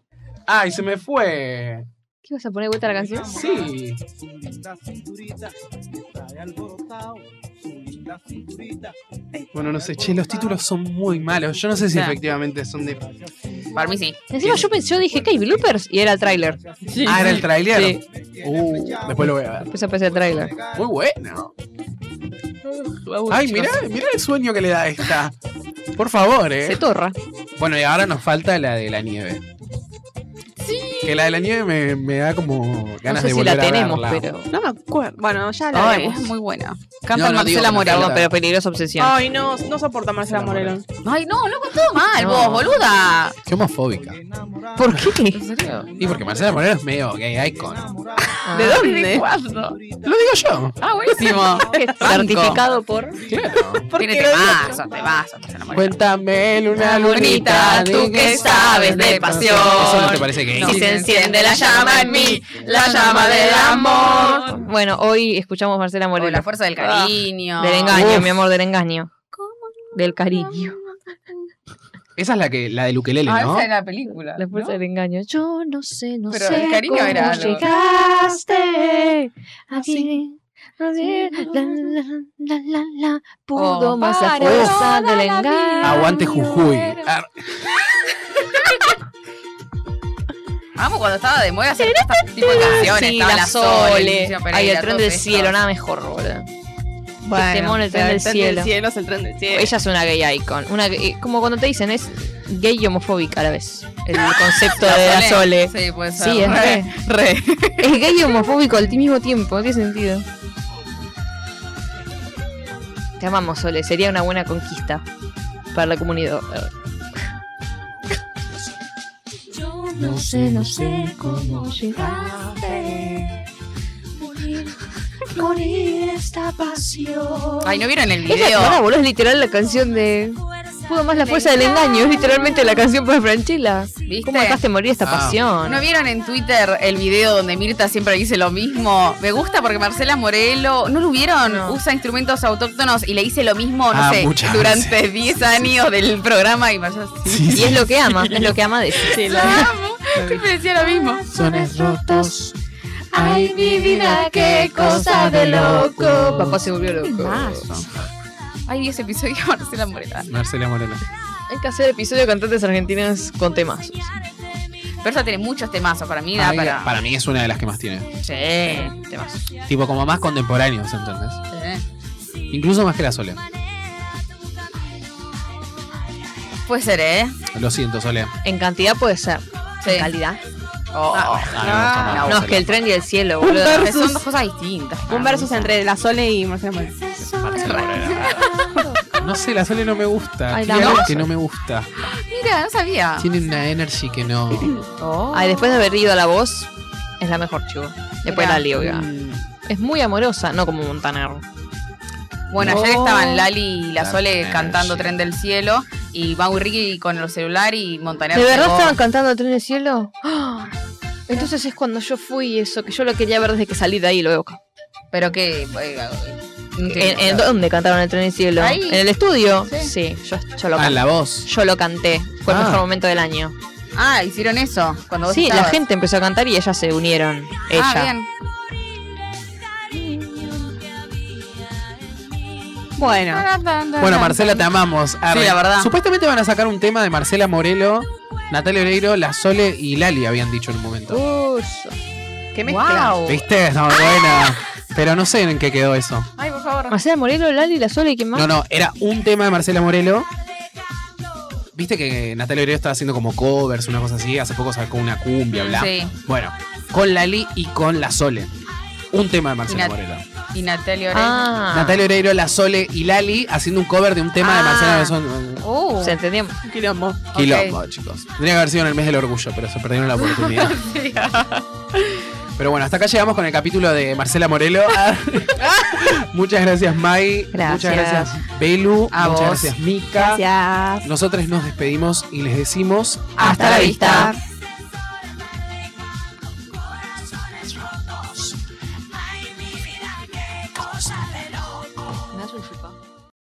[SPEAKER 1] Ay, se me fue.
[SPEAKER 4] ¿Qué vas a poner de vuelta la canción?
[SPEAKER 1] Sí.
[SPEAKER 7] su linda cinturita está de alborotado, su linda cinturita.
[SPEAKER 1] Bueno, no sé, che, los títulos son muy malos. Yo no sé si
[SPEAKER 5] Nah.
[SPEAKER 1] efectivamente son de.
[SPEAKER 5] Para mí sí.
[SPEAKER 4] Encima yo pensé, yo dije que hay bloopers y era el tráiler.
[SPEAKER 1] ah, era el trailer.
[SPEAKER 4] Sí.
[SPEAKER 1] Uh, después lo voy a ver.
[SPEAKER 4] Después aparece el tráiler.
[SPEAKER 1] Muy bueno. Ay, mirá, mirá el sueño que le da esta. Por favor, eh.
[SPEAKER 4] Se torra.
[SPEAKER 1] Bueno, y ahora nos falta la de la nieve. Sí. Que la de la nieve me, me da como
[SPEAKER 4] No
[SPEAKER 1] ganas
[SPEAKER 4] sé
[SPEAKER 1] de
[SPEAKER 4] si
[SPEAKER 1] volver
[SPEAKER 4] la tenemos,
[SPEAKER 1] a verla.
[SPEAKER 4] pero.
[SPEAKER 2] No me acuerdo. Bueno, ya la
[SPEAKER 5] Ay,
[SPEAKER 2] veremos.
[SPEAKER 5] es muy buena.
[SPEAKER 1] No,
[SPEAKER 5] Canta
[SPEAKER 1] no digo
[SPEAKER 5] Marcela
[SPEAKER 1] que me
[SPEAKER 5] Morelo.
[SPEAKER 4] Perdón,
[SPEAKER 1] Claro.
[SPEAKER 4] pero peligrosa obsesión.
[SPEAKER 2] Ay, no, no soporto a Marcela Morelón.
[SPEAKER 5] Ay, no, loco, todo mal,
[SPEAKER 4] No.
[SPEAKER 5] vos, boluda.
[SPEAKER 1] Qué homofóbica.
[SPEAKER 4] ¿Por qué?
[SPEAKER 5] ¿En serio?
[SPEAKER 1] Y porque Marcela Moreno es medio gay icon.
[SPEAKER 2] ¿De dónde?
[SPEAKER 1] Lo digo yo.
[SPEAKER 5] Ah, buenísimo.
[SPEAKER 4] Certificado por.
[SPEAKER 1] Claro.
[SPEAKER 5] Tiene temazos, temazos, Marcela Morelo.
[SPEAKER 1] Cuéntame, luna
[SPEAKER 5] Lunita,
[SPEAKER 1] lunita,
[SPEAKER 5] tú que sabes de pasión.
[SPEAKER 1] Eso no te parece gay.
[SPEAKER 5] No.
[SPEAKER 1] Sí.
[SPEAKER 5] se enciende la llama en mí, la llama del amor.
[SPEAKER 4] Bueno, hoy escuchamos Marcela
[SPEAKER 5] O la
[SPEAKER 4] Moreno.
[SPEAKER 5] fuerza del cariño.
[SPEAKER 4] Del engaño,
[SPEAKER 1] Uf.
[SPEAKER 4] mi amor, del engaño. Del cariño.
[SPEAKER 1] Esa es la que la del ukelele,
[SPEAKER 5] Ah,
[SPEAKER 1] ¿no?
[SPEAKER 5] esa era la película.
[SPEAKER 4] La fuerza
[SPEAKER 5] ¿no?
[SPEAKER 4] del engaño. Yo no sé, no
[SPEAKER 5] Pero
[SPEAKER 4] sé.
[SPEAKER 5] el cariño
[SPEAKER 4] cómo
[SPEAKER 5] era algo.
[SPEAKER 4] Llegaste
[SPEAKER 2] Ah,
[SPEAKER 4] aquí. así, La, la, la, la, la, pudo
[SPEAKER 5] Oh.
[SPEAKER 4] más la
[SPEAKER 5] Para
[SPEAKER 4] fuerza
[SPEAKER 5] toda
[SPEAKER 4] del
[SPEAKER 5] la
[SPEAKER 4] engaño.
[SPEAKER 5] vida.
[SPEAKER 1] Aguante Jujuy. Ar-
[SPEAKER 5] Amo cuando estaba de moda hacer este tipo de canciones.
[SPEAKER 4] Sí,
[SPEAKER 5] estaba
[SPEAKER 4] la Sole.
[SPEAKER 5] Leticia Pereira,
[SPEAKER 4] Ay, el tren
[SPEAKER 5] todos
[SPEAKER 4] del
[SPEAKER 5] estos.
[SPEAKER 4] cielo, nada mejor, boludo.
[SPEAKER 2] Bueno,
[SPEAKER 4] Temón, el tren
[SPEAKER 2] pero
[SPEAKER 4] del cielo.
[SPEAKER 2] es el tren del
[SPEAKER 5] Eh,
[SPEAKER 2] cielo.
[SPEAKER 4] Ella es una gay icon. Una, gay- eh, como cuando te dicen, es gay y homofóbica a la vez. El concepto de la Sole.
[SPEAKER 5] Sí, puede ser.
[SPEAKER 4] Sí, es re.
[SPEAKER 5] re.
[SPEAKER 4] Es gay y homofóbico al mismo tiempo, no tiene sentido. Te amamos, Sole, sería una buena conquista para la comunidad.
[SPEAKER 3] Yo no sé, no sé cómo llegaste. Morir, morir esta pasión.
[SPEAKER 5] Ay, ¿no vieron el
[SPEAKER 4] Ella,
[SPEAKER 5] video?
[SPEAKER 4] ahora, boludo, es literal la canción de. Pudo más la fuerza del engaño, es literalmente la canción por Franchella.
[SPEAKER 5] ¿Viste?
[SPEAKER 4] ¿Cómo dejaste morir esta
[SPEAKER 1] Ah.
[SPEAKER 4] pasión?
[SPEAKER 5] ¿No vieron en Twitter el video donde Mirta siempre dice lo mismo? Me gusta porque Marcela Morelo, ¿no lo vieron? Usa instrumentos autóctonos y le dice lo mismo, no
[SPEAKER 1] Ah,
[SPEAKER 5] sé,
[SPEAKER 1] muchas
[SPEAKER 5] durante
[SPEAKER 1] veces.
[SPEAKER 5] 10 años del programa y Marcela
[SPEAKER 1] Sí,
[SPEAKER 4] Y es lo que ama, es lo que ama decir.
[SPEAKER 5] siempre decía lo mismo.
[SPEAKER 3] Corazones rotos. Ay, mi vida, qué cosa de loco.
[SPEAKER 4] Papá se volvió loco.
[SPEAKER 5] Ay, 10 episodios Marcela Morelo.
[SPEAKER 1] Ah, Marcela Moreno.
[SPEAKER 4] Hay que hacer episodio de cantantes argentinas con temas.
[SPEAKER 5] Pero ella tiene muchos temazos para mí, da
[SPEAKER 1] Para,
[SPEAKER 5] para...
[SPEAKER 1] para mí es una de las que más tiene.
[SPEAKER 5] Sí, temazos.
[SPEAKER 1] Tipo, como más contemporáneos, ¿entendés?
[SPEAKER 5] Sí.
[SPEAKER 1] Incluso más que la Sole.
[SPEAKER 5] Puede ser, ¿eh?
[SPEAKER 1] Lo siento, Sole.
[SPEAKER 4] En cantidad puede ser.
[SPEAKER 5] Sí.
[SPEAKER 4] En calidad.
[SPEAKER 5] Oh,
[SPEAKER 1] Ah,
[SPEAKER 4] No,
[SPEAKER 1] no,
[SPEAKER 4] es que el tren y el cielo, boludo.
[SPEAKER 5] pero son dos cosas distintas. Ah,
[SPEAKER 2] Un versus entre la Sole y Marcela Moreno.
[SPEAKER 1] Marcela Moreno. No sé, la Sole no me gusta.
[SPEAKER 4] Ay,
[SPEAKER 1] Tiene
[SPEAKER 4] ¿no?
[SPEAKER 1] algo que no me gusta.
[SPEAKER 5] Mira, no sabía.
[SPEAKER 1] Tiene una energy que no.
[SPEAKER 4] Ay, después de haber ido a la voz, es la mejor chivo. Después
[SPEAKER 5] Mirá.
[SPEAKER 4] la lioga.
[SPEAKER 1] Mm,
[SPEAKER 4] Es muy amorosa, no como Montaner.
[SPEAKER 5] Bueno, ayer estaban Lali y la
[SPEAKER 1] Dark
[SPEAKER 5] Sole
[SPEAKER 1] Energy.
[SPEAKER 5] cantando Tren del Cielo y Mau y Ricky con el celular y Montaner.
[SPEAKER 4] ¿De verdad
[SPEAKER 5] llegó.
[SPEAKER 4] estaban cantando Tren del Cielo? ¡Ah! Entonces es cuando yo fui eso, que yo lo quería ver desde que salí de ahí luego.
[SPEAKER 5] Pero que. eh, eh, no
[SPEAKER 4] ¿En,
[SPEAKER 5] entiendo.
[SPEAKER 4] en dónde cantaron el Tren del Cielo?
[SPEAKER 5] Ahí.
[SPEAKER 4] ¿En el estudio?
[SPEAKER 5] Sí.
[SPEAKER 4] Sí, yo, yo lo
[SPEAKER 1] Ah,
[SPEAKER 4] canté.
[SPEAKER 1] la voz.
[SPEAKER 4] Yo lo canté. Fue el
[SPEAKER 1] Ah.
[SPEAKER 4] mejor momento del año.
[SPEAKER 5] Ah, hicieron eso. Cuando vos
[SPEAKER 4] Sí, la
[SPEAKER 5] estabas.
[SPEAKER 4] gente empezó a cantar y ellas se unieron. Ella.
[SPEAKER 5] Ah, bien.
[SPEAKER 2] Bueno,
[SPEAKER 1] Bueno, Marcela, te amamos. Arre.
[SPEAKER 5] Sí, la verdad.
[SPEAKER 1] Supuestamente van a sacar un tema de Marcela Morelo, Natalia Oreiro, La Sole y Lali habían dicho en un momento.
[SPEAKER 4] Uh. Uso.
[SPEAKER 2] qué mezcla.
[SPEAKER 5] Wow.
[SPEAKER 1] ¿Viste? No,
[SPEAKER 4] Ah.
[SPEAKER 1] buena. Pero no sé en qué quedó eso.
[SPEAKER 5] Ay, por favor.
[SPEAKER 4] Marcela Morelo, Lali, La Sola y quién más.
[SPEAKER 1] No, no, era un tema de Marcela Morelo. Viste que Natalia Oreiro estaba haciendo como covers, una cosa así. Hace poco sacó una cumbia, bla.
[SPEAKER 5] Sí.
[SPEAKER 1] Bueno, con Lali y con La Sole. Un tema de Marcela
[SPEAKER 5] Y Nat-
[SPEAKER 1] Morelo.
[SPEAKER 5] Y Natalia Oreiro.
[SPEAKER 4] Ah,
[SPEAKER 1] Natalia Oreiro, La Sole y Lali haciendo un cover de un tema de
[SPEAKER 5] Ah.
[SPEAKER 1] Marcela Morelo. eh,
[SPEAKER 5] Uh,
[SPEAKER 4] se entendía.
[SPEAKER 1] Quilombo, chicos. Tendría que haber sido en el mes del orgullo, pero se perdieron la oportunidad. pero bueno, hasta acá llegamos con el capítulo de Marcela Morelo. Muchas gracias, Mai. Muchas
[SPEAKER 4] Gracias.
[SPEAKER 1] gracias, Belu. Muchas
[SPEAKER 5] A vos.
[SPEAKER 1] gracias, Mika.
[SPEAKER 2] Gracias.
[SPEAKER 1] Nosotros nos despedimos y les decimos
[SPEAKER 5] hasta la vista.